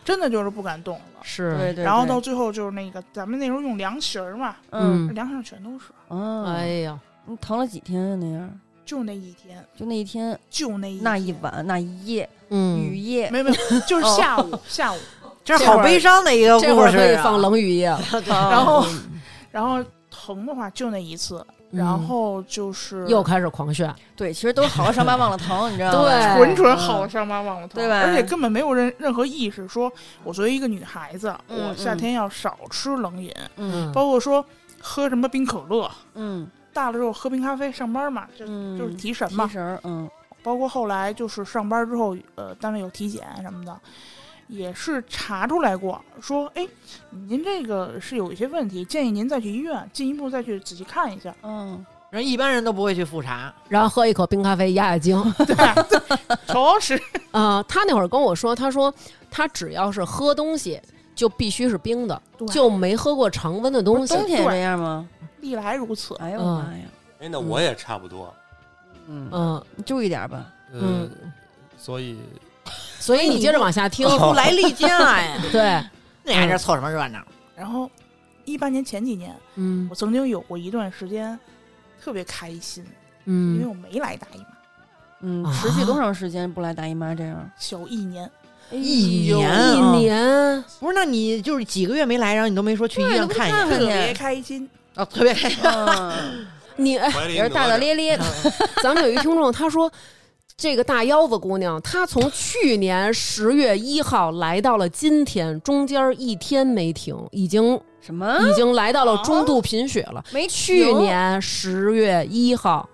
真的就是不敢动了。是，对对，然后对到最后就是那个，咱们那时候用凉席儿嘛，嗯嗯凉席上全都是，嗯，哎呀，你疼了几天啊？那样就那一天，就那一天就那一那天一晚那一夜雨嗯，夜，没没，就是下午下午，这是好悲伤的一个这会故儿事可以啊。放冷雨夜了，哦然后然后疼的话就那一次，然嗯后就是又开始狂炫。对，其实都是好好伤疤忘了疼，你知道吗？对纯纯好伤疤忘了疼，嗯对吧而且根本没有任任何意识说，我作为一个女孩子，嗯我夏天要少吃冷饮，嗯包括说喝什么冰可乐，嗯大了之后喝冰咖啡，上班嘛，就、嗯，就是提神提嘛。神儿，嗯包括后来就是上班之后，呃，单位有体检什么的。也是查出来过，说，哎，您这个是有一些问题，建议您再去医院进一步再去仔细看 一下。嗯，人一般人都不会去复查，然后喝一口冰咖啡压压惊。着实，啊、他那会儿跟我说，他说他只要是喝东西就必须是冰的，对就没喝过常温的东西。冬天也对嗯这样吗？历来如此。哎呦我妈呀，哎，那我也差不多，嗯，嗯注意点吧，呃嗯，，所以所以你接着往下听，不来例假呀， 对，那还这凑什么热闹？然后，一八年前几年，嗯我曾经有过一段时间特别开心，因为嗯，我没来大姨妈，嗯啊，持续多长时间不来大姨妈这样？小一年，哎一呦年一啊，年，不是？那你就是几个月没来，然后你都没说去医院看一眼对特嗯都不看看别开心。啊？特别开心。嗯，你 哎，怀里也是大大咧咧的， 咱们有一听众，他说。这个大腰子姑娘，她从去年十月一号来到了今天，中间一天没停，已经 什么已经来到了中度贫血了。没去停年十月一号，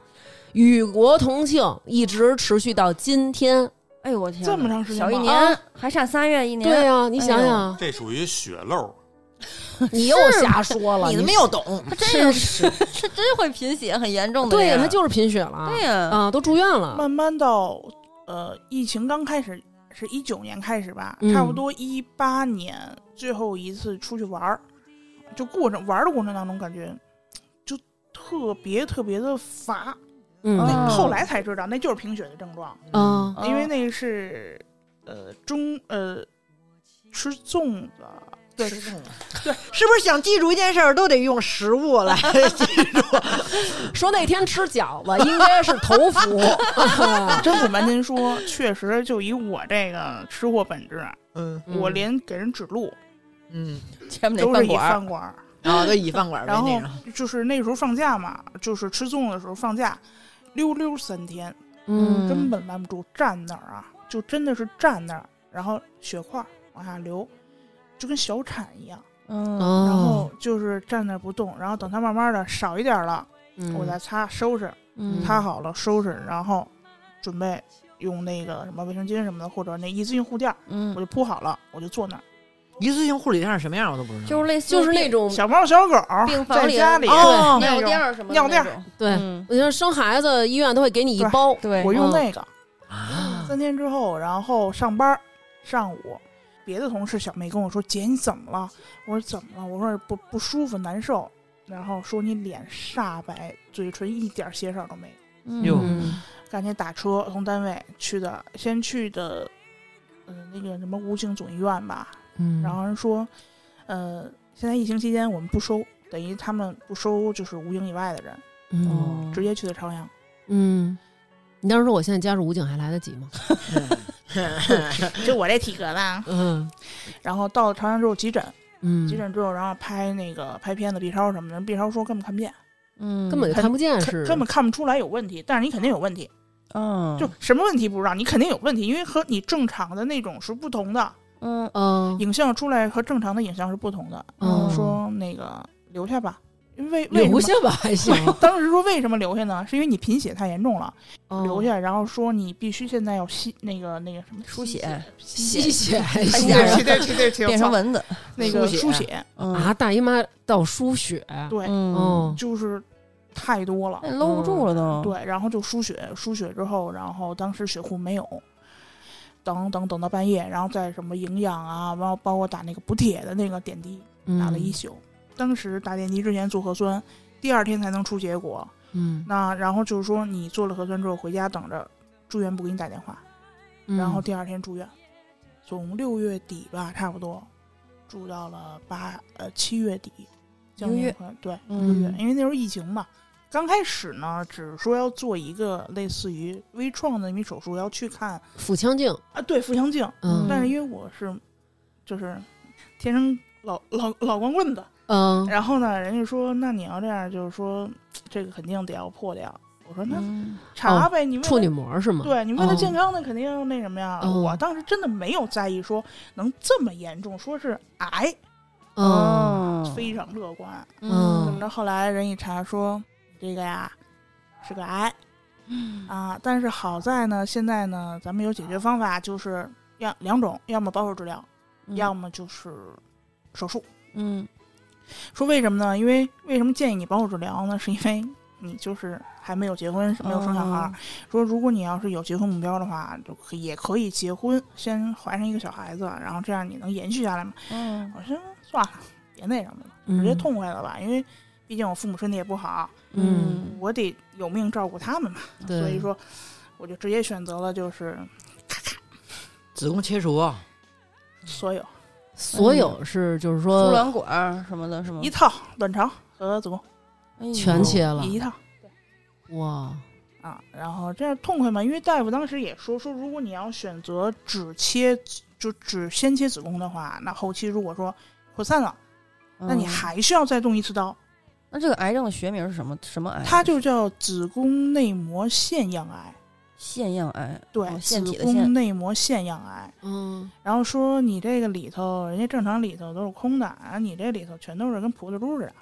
与国同庆，一直持续到今天。哎呦我天哪，这么长时间小一吗年，啊还差仨月一年。对呀、你想 想，这属于血漏，你又瞎说了，你你怎么又懂？ 他真是，他真会贫血，很严重的对呀。呀，他就是贫血了，对呀，啊，都住院了。慢慢到呃，疫情刚开始是一九年开始吧，嗯差不多一八年最后一次出去玩儿，就过程玩儿的过程当中，感觉就特别特别的乏。嗯啊那后来才知道，那就是贫血的症状。啊，因为那个是呃中呃吃粽子对吃醋嘛，是不是想记住一件事儿都得用食物来记住？说那天吃饺子应该是头伏，真不瞒您说，确实就以我这个吃货本质，嗯我连给人指路嗯，前面都那是饭以馆儿，饭馆儿。然后就以饭馆为然那后种，就是那时候放假嘛，就是吃粽子的时候放假，溜溜三天，嗯，根本拦不住，站那儿啊，就真的是站那儿，然后血块儿往下流，就跟小铲一样。嗯，然哦后，就是站那儿不动，然后等它慢慢的少一点儿了，嗯我再擦收拾，嗯擦好了收拾，然后准备用那个什么卫生巾什么的，或者那一次性护垫儿，我嗯，就铺好了，我就坐那儿。一次性护理垫是什么样我都不知道。就是类似就是那病种小猫小狗嗯病房在里家里，哦，那尿种垫儿什么的尿那垫儿种对，嗯我觉得生孩子医院都会给你一包，对我嗯用那个。啊三天之后，然后上班儿，上午，别的同事小妹跟我说：“姐，你怎么了？”我说：“怎么了？”我说：“不不舒服，难受。”然后说你脸煞白，嘴唇一点血色都没有。哟嗯赶紧打车从单位去的，先去的，嗯、那个什么武警总医院吧。嗯然后人说，呃，现在疫情期间我们不收，等于他们不收就是武警以外的人，哦嗯直接去的朝阳。嗯，你当时说我现在加入武警还来得及吗？嗯就我这体格吧。嗯然后到了朝阳之后急诊，嗯，急诊之后，然后拍那个拍片子、B 超什么的，B 超说根本看不见，嗯根本就看不见是根根本看不出来有问题，但是你肯定有问题，哦嗯就什么问题不知道，你肯定有问题，因为和你正常的那种是不同的，嗯嗯影像出来和正常的影像是不同的。嗯说那个留下吧，因为为 什留么下？吧还行， 当时说为什么留下呢？是因为你贫血太严重了，哦留下，然后说你必须现在要吸那个那个什么输血， 吸 血还行吸血，对对对对对，变成蚊子，那输个血输血，嗯啊！大姨妈到输血，对，嗯，哦，就是太多了。那哎搂不住了都，哦对，然后就输血，输血之后，然后当时血库没有，等等等到半夜，然后再什么营养啊，然后包括打那个补铁的那个点滴，打嗯了一宿。当时打点滴之前做核酸，第二天才能出结果。嗯，那然后就是说你做了核酸之后回家等着住院部给你打电话，嗯然后第二天住院，从六月底吧，差不多住到了八呃七月底，将一个近月快对。嗯对，因为那时候疫情嘛。刚开始呢，只是说要做一个类似于微创的那么一手术，要去看腹腔镜，啊，对腹腔镜。嗯但是因为我是，就是天生老老老光棍子，嗯然后呢，人家说那你要这样，就是说这个肯定得要破掉。我说那嗯查呗，你为哦处女了膜是吗？对你为了哦健康，那肯定要那什么呀。哦我当时真的没有在意说能这么严重，说是癌，嗯，哦非常乐观。嗯怎么着？后来人一查说你这个呀是个癌嗯嗯啊，但是好在呢，现在呢咱们有解决方法，就是要两种，要么保守治疗，嗯要么就是手术。嗯说为什么呢？因为为什么建议你保守治疗呢？是因为你就是还没有结婚，没有生小孩哦儿。说如果你要是有结婚目标的话，就可以也可以结婚，先怀上一个小孩子，然后这样你能延续下来嘛。嗯我说算了，别那什么了，嗯直接痛快了吧，因为毕竟我父母身体也不好，嗯我得有命照顾他们嘛，对所以说我就直接选择了就是子宫切除，所有所嗯有是就是输说卵管儿什么的，是吗一？套卵巢和子宫哎呦全切了，一套哇，啊，然后这样痛快嘛，因为大夫当时也说说，如果你要选择只切就只先切子宫的话，那后期如果说扩散了，嗯那你还需要再动一次刀，那这个癌症的学名是什么？什么癌？它就叫子宫内膜腺样癌，腺样癌，对，哦子腺体的腺宫，内膜腺样癌。嗯然后说你这个里头，人家正常里头都是空的，啊，你这里头全都是跟葡萄珠似的，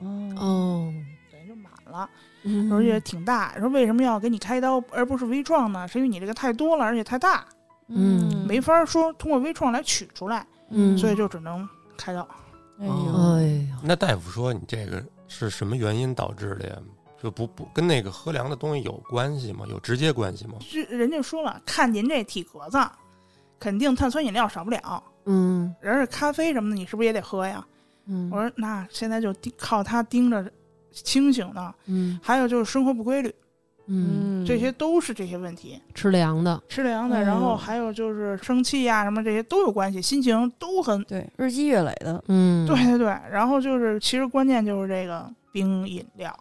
嗯哦，等于就满了。嗯说也挺大，说为什么要给你开刀而不是微创呢？是因为你这个太多了，而且太大，嗯没法说通过微创来取出来，嗯所以就只能开刀。哎嗯呦，哎呀，那大夫说你这个是什么原因导致的呀？就不不跟那个喝凉的东西有关系吗？有直接关系吗？嗯这人家说了，看您这体格子，肯定碳酸饮料少不了，嗯人是咖啡什么的，你是不是也得喝呀？嗯，我说那现在就盯靠他盯着清醒呢。嗯还有就是生活不规律，嗯，这些都是这些问题。吃凉的，吃凉的，然后还有就是生气呀、什么这些都有关系，心情都很对日积月累的嗯，对，对对。然后就是其实关键就是这个冰饮料，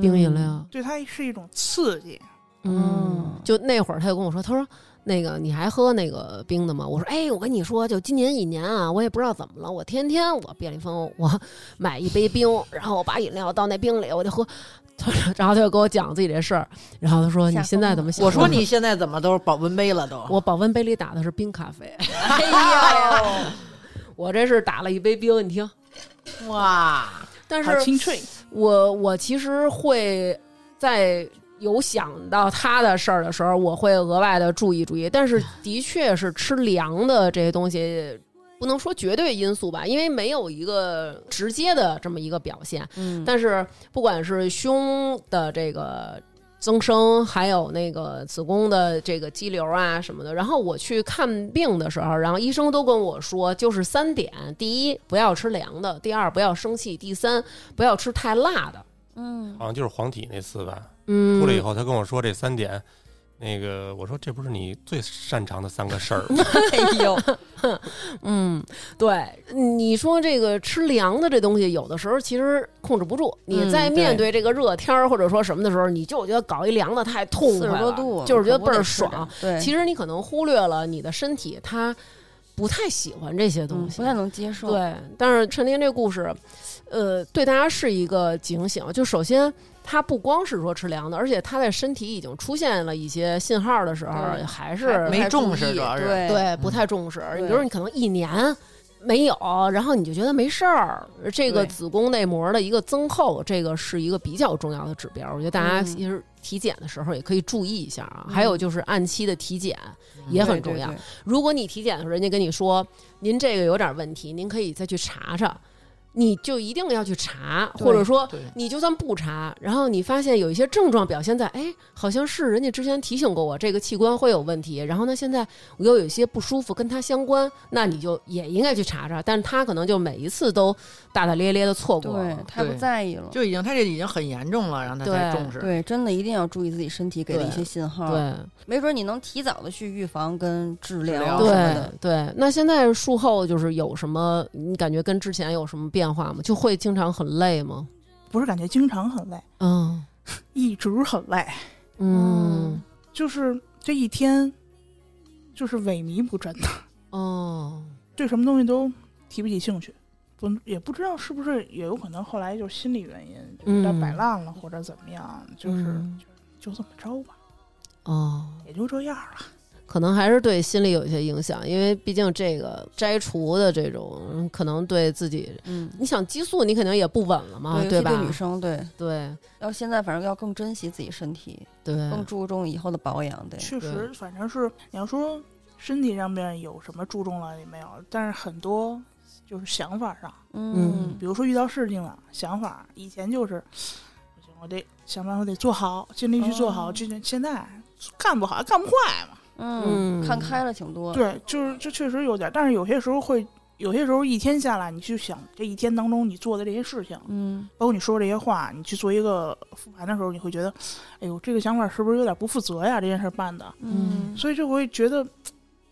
冰饮，料，对它是一种刺激。嗯嗯，就那会儿他就跟我说，他说那个你还喝那个冰的吗？我说哎，我跟你说，就今年一年啊，我也不知道怎么了，我天天我便利蜂我买一杯冰，然后我把饮料倒那冰里，我就喝。他说然后他就给我讲自己这事儿，然后他说你吓现疯在了怎么想？我说你现在怎么都是保温杯了都？我保温杯里打的是冰咖啡，哎 我这是打了一杯冰，你听。呦，哇，但好是清脆，我我其实会在有想到他的事儿的时候，我会额外的注意注意。但是的确是吃凉的这些东西，不能说绝对因素吧，因为没有一个直接的这么一个表现。嗯，但是不管是胸的这个增生，还有那个子宫的这个肌瘤啊什么的，然后我去看病的时候，然后医生都跟我说，就是三点：第一，不要吃凉的；第二，不要生气；第三，不要吃太辣的。嗯好像就是黄体那次吧。嗯出来以后，他跟我说这三点，那个我说这不是你最擅长的三个事儿 吗？哎呦，嗯，对，你说这个吃凉的这东西，有的时候其实控制不住。你嗯在对面对这个热天儿或者说什么的时候，你就觉得搞一凉的太痛四快十了，多度，啊就是觉得可倍不儿得吃点爽。。对，其实实你可能忽略了你的身体，它不太喜欢这些东西。嗯不太能接受。，对，但是陈琳这故事，呃，对大家是一个警醒。就首先，它不光是说吃凉的，而且它在身体已经出现了一些信号的时候，对还是没重视注意主要是对嗯对不太重视。你比如说，对你可能一年。没有，然后你就觉得没事儿。这个对子宫内膜的一个增厚，这个是一个比较重要的指标。我觉得大家嗯其实体检的时候也可以注意一下啊。还有就是按期的体检也嗯也很重要。如果你体检的时候，人家跟你说您这个有点问题，您可以再去查查，你就一定要去查，对或者说对你就算不查，然后你发现有一些症状表现在，哎，好像是人家之前提醒过我这个器官会有问题，然后呢现在我又有一些不舒服跟它相关，那你就也应该去查查，但是他可能就每一次都大大咧咧的错过对了，太不对在意了。就已经他这已经很严重了，然后他才对重视。对，真的一定要注意自己身体给的一些信号。，对。没准你能提早的去预防跟治疗疗啊什对么的。对，那现在术后就是有什么？你感觉跟之前有什么变化吗？就会经常很累吗？不是感觉经常很累，嗯一直很累，嗯就是这一天就是萎靡不振的， 哦，对什么东西都提不起兴趣。不，也不知道是不是也有可能后来就是心理原因，就有点摆烂了或者怎么样，就是、嗯就就这么着吧，哦，也就这样了。可能还是对心理有一些影响，因为毕竟这个摘除的这种，嗯可能对自己，嗯，你想激素你肯定也不稳了嘛，对，尤其啊吧对女？生，对，对要现在反正要更珍惜自己身体，对，更注重以后的保养。对，确实，反正是你要说身体上面有什么注重了也没有，但是很多就是想法上，嗯比如说遇到事情了，想法以前就是 不行，我得想办法得做好，尽力去做好。哦这、现在干不好干不坏嘛，嗯，嗯看开了挺多。对，就是这确实有点，但是有些时候会。有些时候一天下来，你去想这一天当中你做的这些事情，嗯，包括你说这些话，你去做一个复盘的时候，你会觉得，哎呦，这个想法是不是有点不负责呀？这件事儿办的，嗯嗯所以就会觉得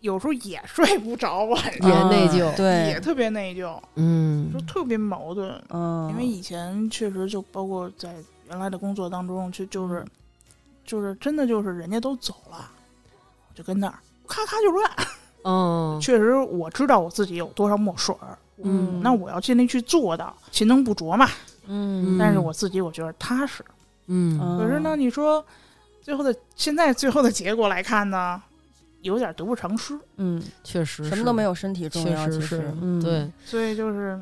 有时候也睡不着晚上，也内疚，也啊对，特别内疚，嗯就特别矛盾。嗯，因为以前确实就包括在原来的工作当中，就嗯就是就是真的就是人家都走了，我就跟那儿咔咔就乱。嗯确实我知道我自己有多少墨水儿，嗯那我要尽力去做到，勤能补拙嘛。嗯，但是我自己我觉得踏实。嗯嗯可是呢，，你说最后的现在最后的结果来看呢，有点得不偿失。嗯，确实什么都没有，有身体重确要，实其是实，嗯，对，所以就是，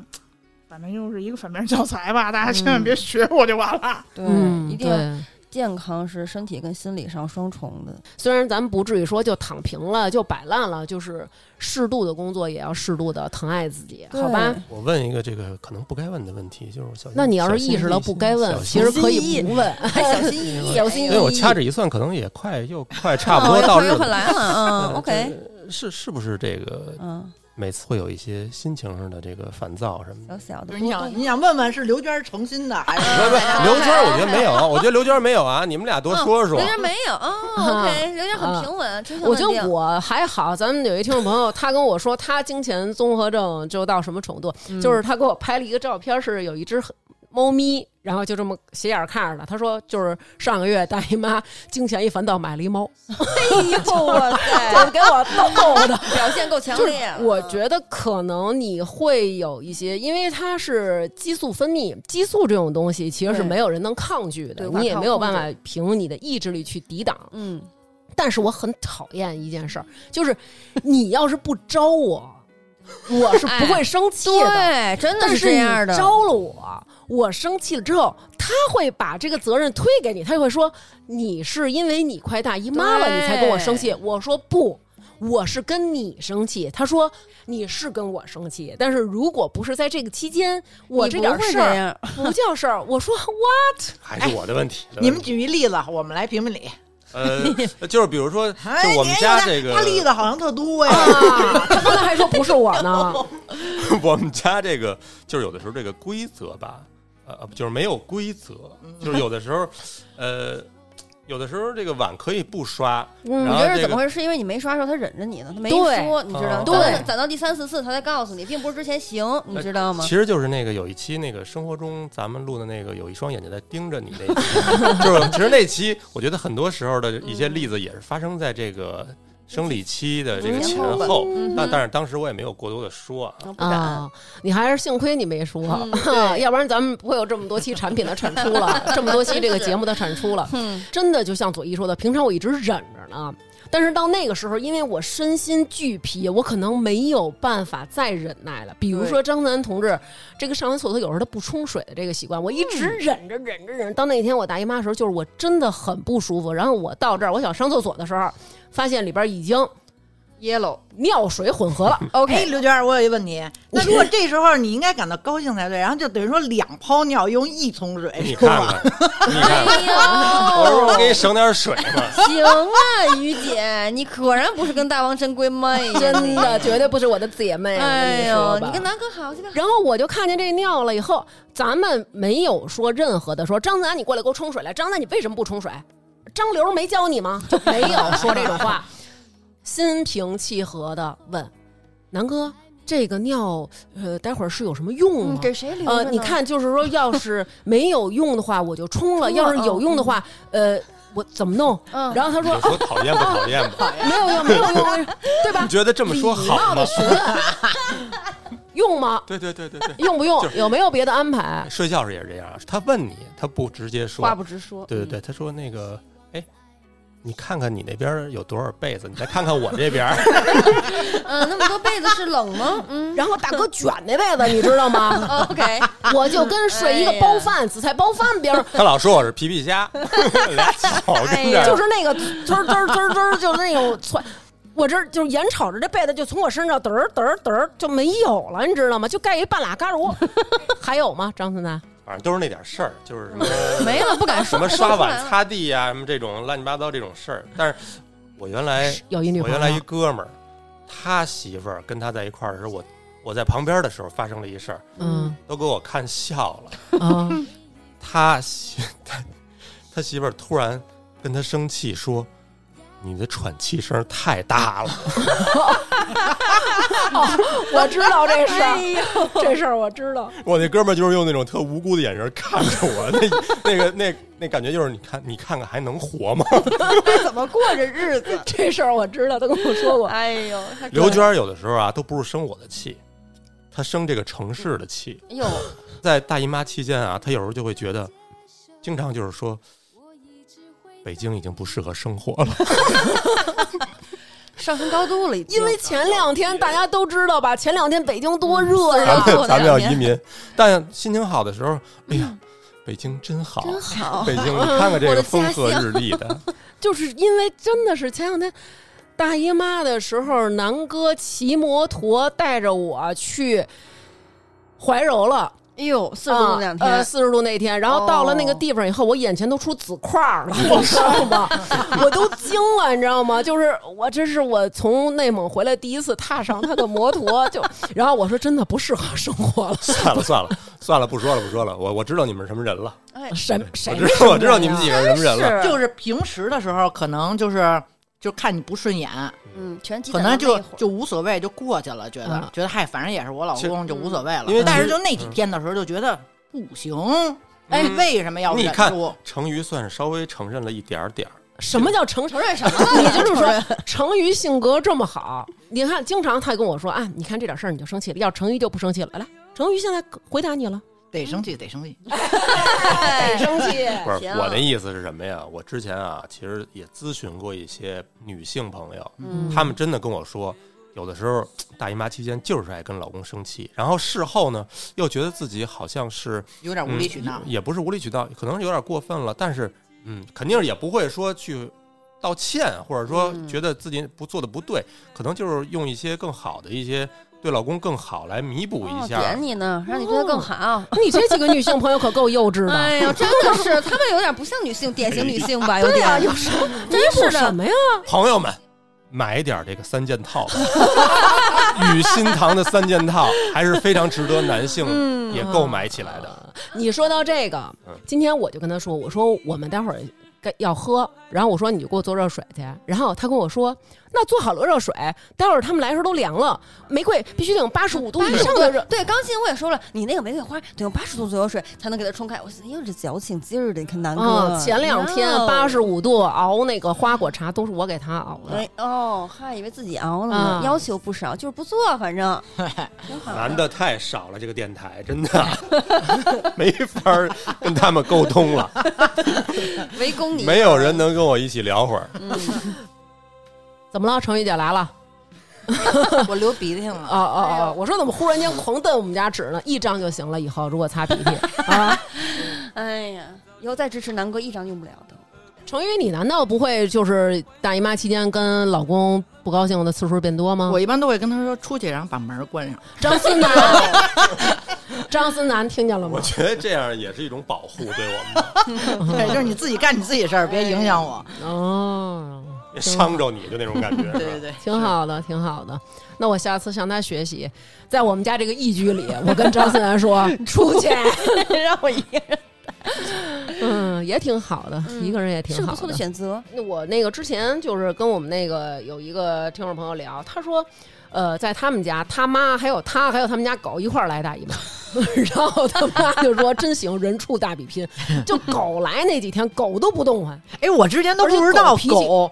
反正就是一个反面教材吧，大家千万别学我就完了。对，嗯一定要对。健康是身体跟心理上双重的。虽然咱们不至于说就躺平了，就摆烂了，就是适度的工作也要适度的疼爱自己，好吧？对？我问一个这个可能不该问的问题，就是小心那你要是意识到不该问，其实可以不问， 小心翼翼，小心翼因翼。为哎我掐指一算，可能也快又快差不多嗯到我日又子快了。来了，嗯呃，OK，这是是不是这个嗯，每次会有一些心情上的这个烦躁什么的。小小就的是你想你想问问是刘娟诚心的还是？不是不是，刘娟儿我觉得没有，我觉得刘娟儿没有啊，你们俩多说说嗯刘。娟没有哦，OK，刘娟很平稳，真啊我觉得我还好，咱们有一听众朋友，他跟我说他经前综合症就到什么程度，嗯就是他给我拍了一个照片，是有一只很猫咪，然后就这么斜眼看着他。他说就是上个月大姨妈经前一烦躁买了一猫，哎呦哇就塞，给我逗的。表现够强就是烈啊了。我觉得可能你会有一些，因为它是激素分泌，激素这种东西其实是对没有人能抗拒的，对你也没有办无法法凭你的意志力去抵挡。嗯，但是我很讨厌一件事儿，就是你要是不招 我，我是不会生气的。哎对，真的但这样的你。招了我，我生气了之后，他会把这个责任推给你，他就会说你是因为你快大姨妈了，对你才跟我生气。我说不。我是跟你生气，他说你是跟我生气，但是如果不是在这个期间，我你这不点会事这儿样不叫事儿。我说 what？还是我的问题。你们举一例子，我们来评评理。呃，就是比如说，哎，就我们家这个哦他例子好像特多呀。哎啊，他刚才还说不是我呢， 我们家这个就是有的时候这个规则吧，呃，就是没有规则，就是有的时候，呃，有的时候这个碗可以不刷，嗯我然觉后得是这怎么个回事？是因为你没刷的时候，他忍着你呢，他没对说，你知道吗？对攒到攒到第三四次，他才告诉你，并不是之前行，你知道吗其？实就是那个有一期那个生活中咱们录的那个有一双眼睛在盯着你那期， 就是其实那期我觉得很多时候的一些例子也是发生在这个呃生理期的嗯这个前后，但但是当时我也没有过多的说啊，要不然，啊，你还是幸亏你没说， 要不然咱们不会有这么多期产品的产出了，这么多期这个节目的产出了。真的就像左一说的，平常我一直忍着呢，但是到那个时候，因为我身心俱疲，我可能没有办法再忍耐了。比如说张楠同志这个上完厕所有时候他不冲水的这个习惯，我一直忍着忍着忍着，到那天我大姨妈的时候，就是我真的很不舒服。然后我到这儿，我想上厕所的时候，发现里边已经 yellow 尿水混合了。哎， OK，刘娟，我有一问题。那如果这时候你应该感到高兴才对，然后就等于说两泡尿用一桶水，你是吧看 看，你看看，哎我呦，说我给你省点水嘛。行啊，于姐，你果然不是跟大王真闺蜜，真的绝对不是我的姐妹。哎我跟你说呦，你吧跟南哥好去吧。然后我就看见这尿了以后，咱们没有说任何的说张啊楠，你过来给我冲水来。张楠，你为什么不冲水？啊张刘没教你吗？就没有说这种 话，心平气和的问南哥，这个尿呃，待会儿是有什么用吗？嗯给谁留着呃，呢你，看，就是说，要是没有用的话，我就冲了；嗯冲了要是有用的话，呃，我怎么弄？嗯，然后他你 说就说讨厌不讨厌 吧？没有用，没有用，对吧你？觉得这么说好吗？用吗？对对对 对对，用不用就？是有没有别的安排？睡觉时也是这样，他问你，他不直接说话，不直说，对对对，他说那个，哎，你看看你那边有多少被子，你再看看我这边，嗯，那么多被子是冷吗？嗯哦然后大哥卷那被子，你知道 吗？ ，OK，我就跟睡一个包饭、紫菜包饭边儿，他老说我是皮皮 虾，俩草跟这哎呀儿，就是那个滋儿滋儿滋儿滋儿，就是那种窜。我这儿就是眼瞅着这被子就从我身上嘚儿嘚儿嘚儿就没有了，你知道吗？就盖一半拉嘎 瘩窝，还有吗？张思楠，反正都是那点事儿，就是 什么 没了，不敢说什么刷碗、擦，擦地啊呀、什么这种乱七八糟这种事儿。但是我原来有一女我朋原来一友，哥们儿，他媳妇儿跟他在一块儿的时候，我我在旁边的时候发生了一事儿，嗯都给我看笑了。啊，嗯他媳他他媳妇儿突然跟他生气说：“你的喘气声太大了。 我知道这事哎儿，这事儿我知道。”我那哥们儿就是用那种特无辜的眼神看着我，那那个那那感觉就是你看你看看还能活吗？ 怎么过着日子？这事儿我知道，他跟我说过。 哎呦，太刘娟儿有的时候啊都不是生我的气，她生这个城市的气。哎呦，在大姨妈期间啊，她有时候就会觉得，经常就是说。北京已经不适合生活了，上升高度了，已经因为前两天大家都知道吧，前两天北京多热嗯呀咱，们过两咱们要移年民。但心情好的时候，哎呀，北京真好，真好，北京，你看看这个风和日丽的， 就是因为真的是前两天大姨妈的时候，南哥骑摩托带着我去怀柔了。哎呦，四十度两天，呃，四十度那天，然后到了那个地方以后，我眼前都出紫块儿了，哦你知道 吗？我都惊了，你知道吗？就是我这是我从内蒙回来第一次踏上他的摩托，就然后我说真的不适合生活 了，算了算了算了，不说了不说了，我我知道你们是什么人了，哎，谁谁我知道我知道你们几个是什么人了，是， 就是平时的时候，可能就是就看你不顺眼，嗯，全积可攒能到那就一会儿就无所谓，就过去了，觉得、嗯觉得嗨，反正也是我老其实公，就无所谓了。因为但是其就实嗯那几天的时候，就觉得不行，嗯哎为什么要你忍看住？成瑜算是稍微承认了一点儿点儿，什么叫成承认什么了？ 也就是说，成瑜性格这么好，你看，经常他跟我说啊，你看这点事儿你就生气了，要成瑜就不生气了。来，成瑜现在回答你了，得生气，得生气。哎生气。不是行我的意思是什么呀？我之前啊，其实也咨询过一些女性朋友，嗯她们真的跟我说，有的时候大姨妈期间就是爱跟老公生气，然后事后呢又觉得自己好像是有点无理取闹嗯，也不是无理取闹，可能是有点过分了，但是嗯，肯定也不会说去道歉，或者说嗯觉得自己不做的不对，可能就是用一些更好的一些对老公更好来弥补哦一下。点你呢，让你对他更好。你这几个女性朋友可够幼稚的。哎呦，真的是， 他们有点不像女性，典型女性吧？有对点呀、啊，有什么真是的什么呀？朋友们，买点这个三件 套，雨欣堂的三件套还是非常值得男性嗯也购买起来的。你说到这个嗯，今天我就跟他说，我说我们待会儿该要喝，然后我说你就给我做热水去，然后他跟我说，那做好了热水，待会儿他们来的时候都凉了，玫瑰必须得用八十五度以上的热。对，刚进我也说了，你那个玫瑰花得用八十度左右水才能给它冲开。我心想，哟，这矫情劲儿的，你看南哥嗯，前两天八十，五度熬那个花果茶都是我给他熬的。哎哦，还以为自己熬了呢啊，要求不少，就是不做，反正挺嗯好。男的太少了，这个电台真的嗯 没法儿跟他们沟通了， 围攻你，没有人能跟我一起聊会儿。怎么了？程雨姐来了。我流鼻涕了。哦哦哎哦！我说怎么忽然间狂瞪我们家纸呢？一张就行了，以后如果擦鼻涕啊。 哎呀，以后再支持南哥，一张用不了都。程宇，你难道不会就是大姨妈期间跟老公不高兴的次数变多吗我？一般都会跟他说出去，然后把门关上。张思 楠，张思楠听嗯见了吗我？觉得这样也是一种保护，对我们对，就是你自己干你自己事儿，别影响哎我。哦，别伤着你，就那种感觉。是吧对嗯对对，挺好的，挺好的。那我下次向他学习，在我们家这个一居里，我跟张思楠 说出去，让我一个人嗯嗯，也挺好的，一个人也挺是个好不错的选择。哦那我那个之前就是跟我们那个有一个听众朋友聊，他说，呃，在他们家，他妈还有他还有他们家狗一块儿来大姨妈， 然后他妈就说真行，人畜大比拼，就狗来那几天狗都不动弹，哎，我之前都而且不知道狗脾气狗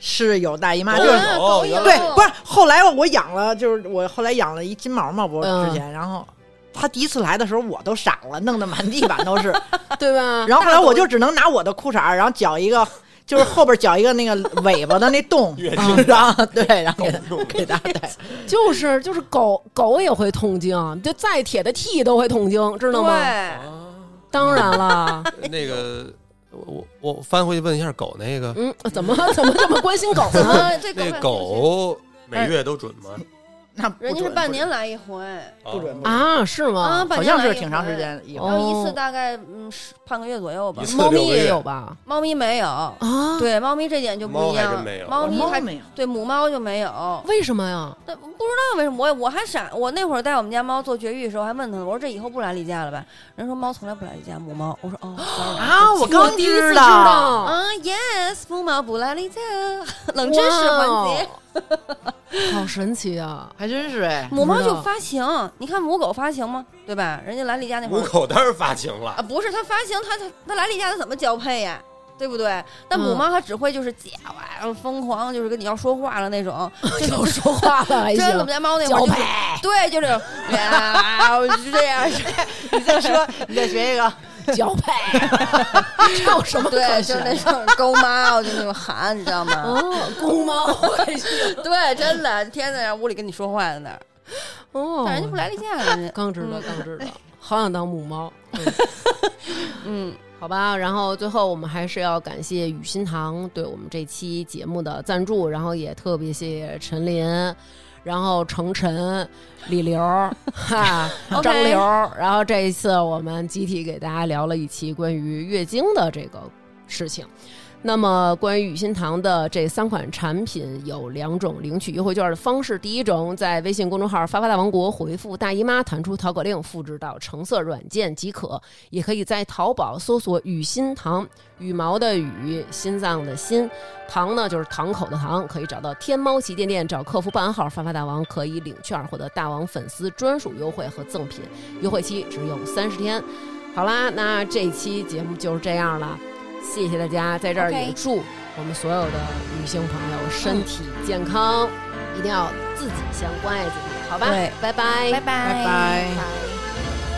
是有大姨妈，狗就是有狗哦有对，不是后来我养了，就是我后来养了一金毛嘛，不嗯是之前，然后它第一次来的时候我都傻了，弄得满地板都是，对吧？然后后来我就只能拿我的裤衩儿，然后绞一个。就是后边绞一个那个尾巴的那洞越，啊然后对，然后给啊它给它戴。就是就是狗狗也会痛经，就再铁的 T 都会痛经，知道吗？对，当然了，那个，我我我翻回去问一下狗那个，嗯，怎么怎么这么关心狗 呢？啊，这那狗狗每月都准吗？那不人家是准半年来一回。哎不准，不准，啊，是啊，吗？半好年像来是一挺长时回，间以后。哦然后一次大概嗯十半个月左右吧一。次猫咪六个月也有吧？猫咪没有，啊，，对，猫咪这点就不一猫还样真没有，猫咪猫还没有，对母猫就没有。为什么呀？但不知道为什么，我我还傻，我那会儿带我们家猫做绝育的时候还问他呢，我说这以后不来例假了吧？人说猫从来不来例假，母猫。我说哦 sorry 啊，我刚第一次知道，道，啊，yes，母猫不来例假，冷知识哦环节。节， 好神奇啊！还真是哎。 母猫不知就道发情，你看母狗发情吗？对吧？人家来例假那会儿母狗当然发情啊，了，不是它发情，它它它来例假，它怎么交配呀？对不对？但母嗯猫它只会就是叫啊，疯狂，就是跟你要说话了 那种。要说话了还真行的，我们，家猫那会儿就是交 对，就这种，啊，我就这样，你哎再说，你再学一个，交配， 这有什么可 对，学就的？那种勾妈，啊我就那种喊，你知道吗？哦，公 猫还行 对，真的，天天在屋里跟你说话在那儿，哦，但人家不来例假了，人家，刚知道，刚知道，嗯 好想当母猫。嗯，好吧，然后最后我们还是要感谢雨欣堂对我们这期节目的赞助，然后也特别谢谢陈琳，然后程晨、李刘、哈张刘，然后这一次我们集体给大家聊了一期关于月经的这个事情。那么，关于雨欣堂的这三款产品有两种领取优惠券的方式。第一种，在微信公众号“发发大王国”回复“大姨妈”，弹出淘口令，复制到橙色软件即可。也可以在淘宝搜索“雨欣堂”，羽毛的羽，心脏的心，堂呢就是堂口的堂，可以找到天猫旗舰店，找客服办号“发发大王”，可以领券获得大王粉丝专属优惠和赠品，优惠期只有三十天。好啦，那这期节目就是这样了。谢谢大家，在这儿也祝我们所有的女性朋友身体健康，一定要自己先关爱自己，好吧？对嗯拜拜，拜拜，拜拜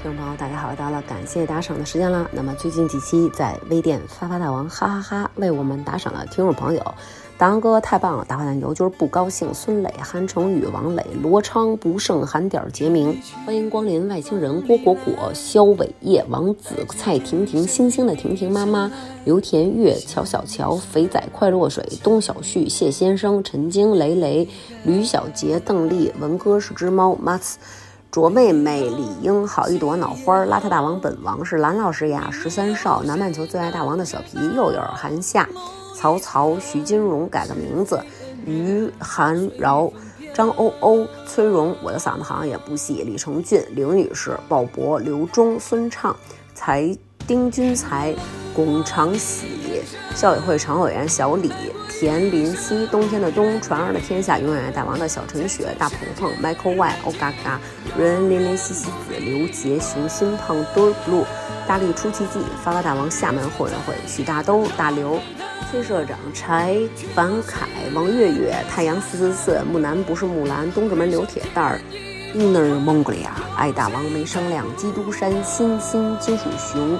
听众朋友，大家好，到了感谢打赏的时间啦。那么最近几期在微店发发大王哈哈哈为我们打赏的听众朋友，大王哥太棒了，大话弹油就是不高兴，孙磊、韩成宇、王磊、罗昌、不胜、韩点儿、杰明，欢迎光临外星人郭果果、肖伟业、王子、蔡婷婷、星星的婷婷妈妈、刘田月、乔小乔、肥仔快落水、东小旭、谢先生、陈晶、雷雷、吕小杰、邓丽、文哥是只猫、m a x 卓妹妹、李英、好一朵脑花儿、邋遢大王、本王是蓝老师呀、十三少、南半球最爱大王的小皮、又有韩夏、曹操、徐金荣改了名字、于涵饶、张欧欧、崔荣，我的嗓子好像也不细。李成俊、刘女士、鲍勃、刘忠、孙畅、才丁君才、龚长喜、校委会常委员小李、田林夕、冬天的冬、传儿的天下、永远爱大王的小陈雪、大鹏鹏、Michael Y、欧嘎嘎、人林林西西子、刘杰、熊心胖墩儿 blue、大力出奇迹、发发大王厦门后援会、许大兜、大刘。崔社长、柴凡凯、王月月、太阳四四四、木南不是木兰、东直门刘铁蛋儿、Inner Mongolia、爱大王没商量、基督山、欣欣、金属熊、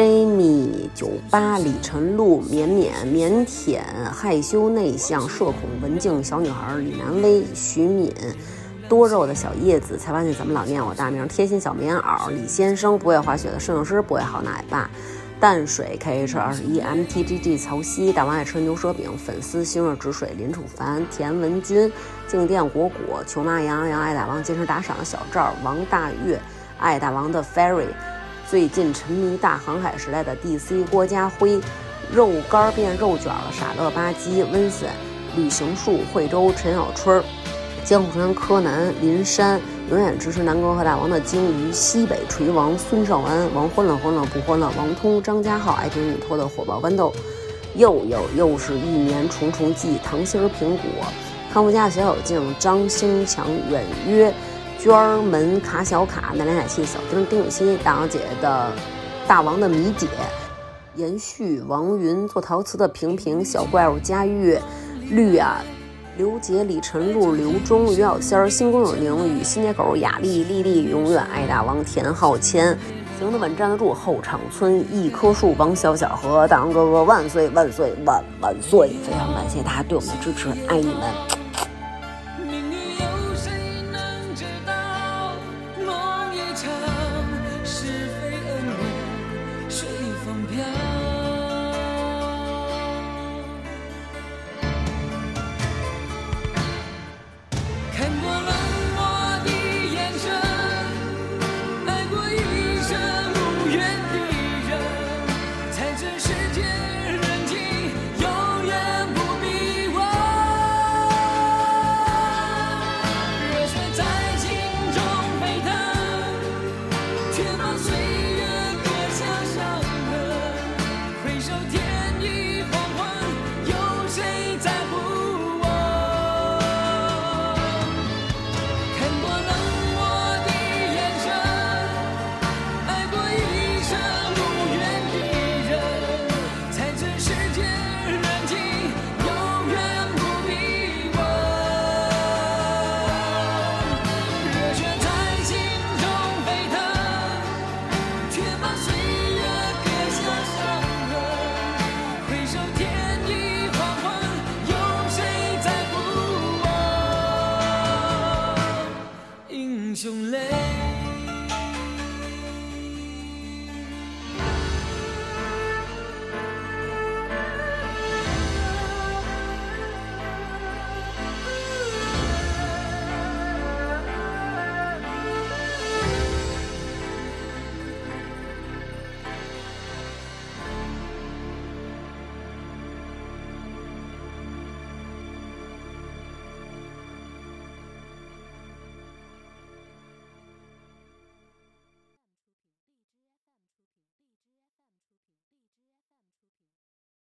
Jamie 九八、李晨露、绵绵、腼腆、害羞内向、社恐、文静小女孩、李南薇、徐敏。多肉的小叶子才发现怎么老念我大名，贴心小棉袄，李先生不会滑雪的摄影师，不会好奶爸，淡水 KH 二十一 MTGG 曹曦，大王爱吃牛舌饼，粉丝心若止水，林楚凡，田文军，静电果果，球妈杨洋爱大王坚持打赏的小赵，王大岳，爱大王的 Ferry，最近沉迷大航海时代的 DC 郭家辉，肉干儿变肉卷了，傻乐吧唧，温森，旅行树，惠州陈小春儿。江湖川柯南、林山，永远支持南哥和大王的鲸鱼、西北锤王、孙少安、王欢乐欢乐不欢乐、王通、张家浩、爱听你拖的火爆豌豆，又有又是一年重重记、糖心儿苹果、康复家小小静、张兴强、远约、娟儿门、卡小卡、奶奶奶气、小丁、丁禹兮、大王姐的大王的米姐、延续、王云、做陶瓷的平平、小怪物佳玉、绿啊。刘杰、李晨露、刘忠、于小仙儿、新工友宁与新街口雅丽、丽丽永远爱大王、田浩谦，行得稳站得住、后场村、一棵树、王小小和大王哥哥万岁万岁万万岁！非常感谢大家对我们的支持，爱你们。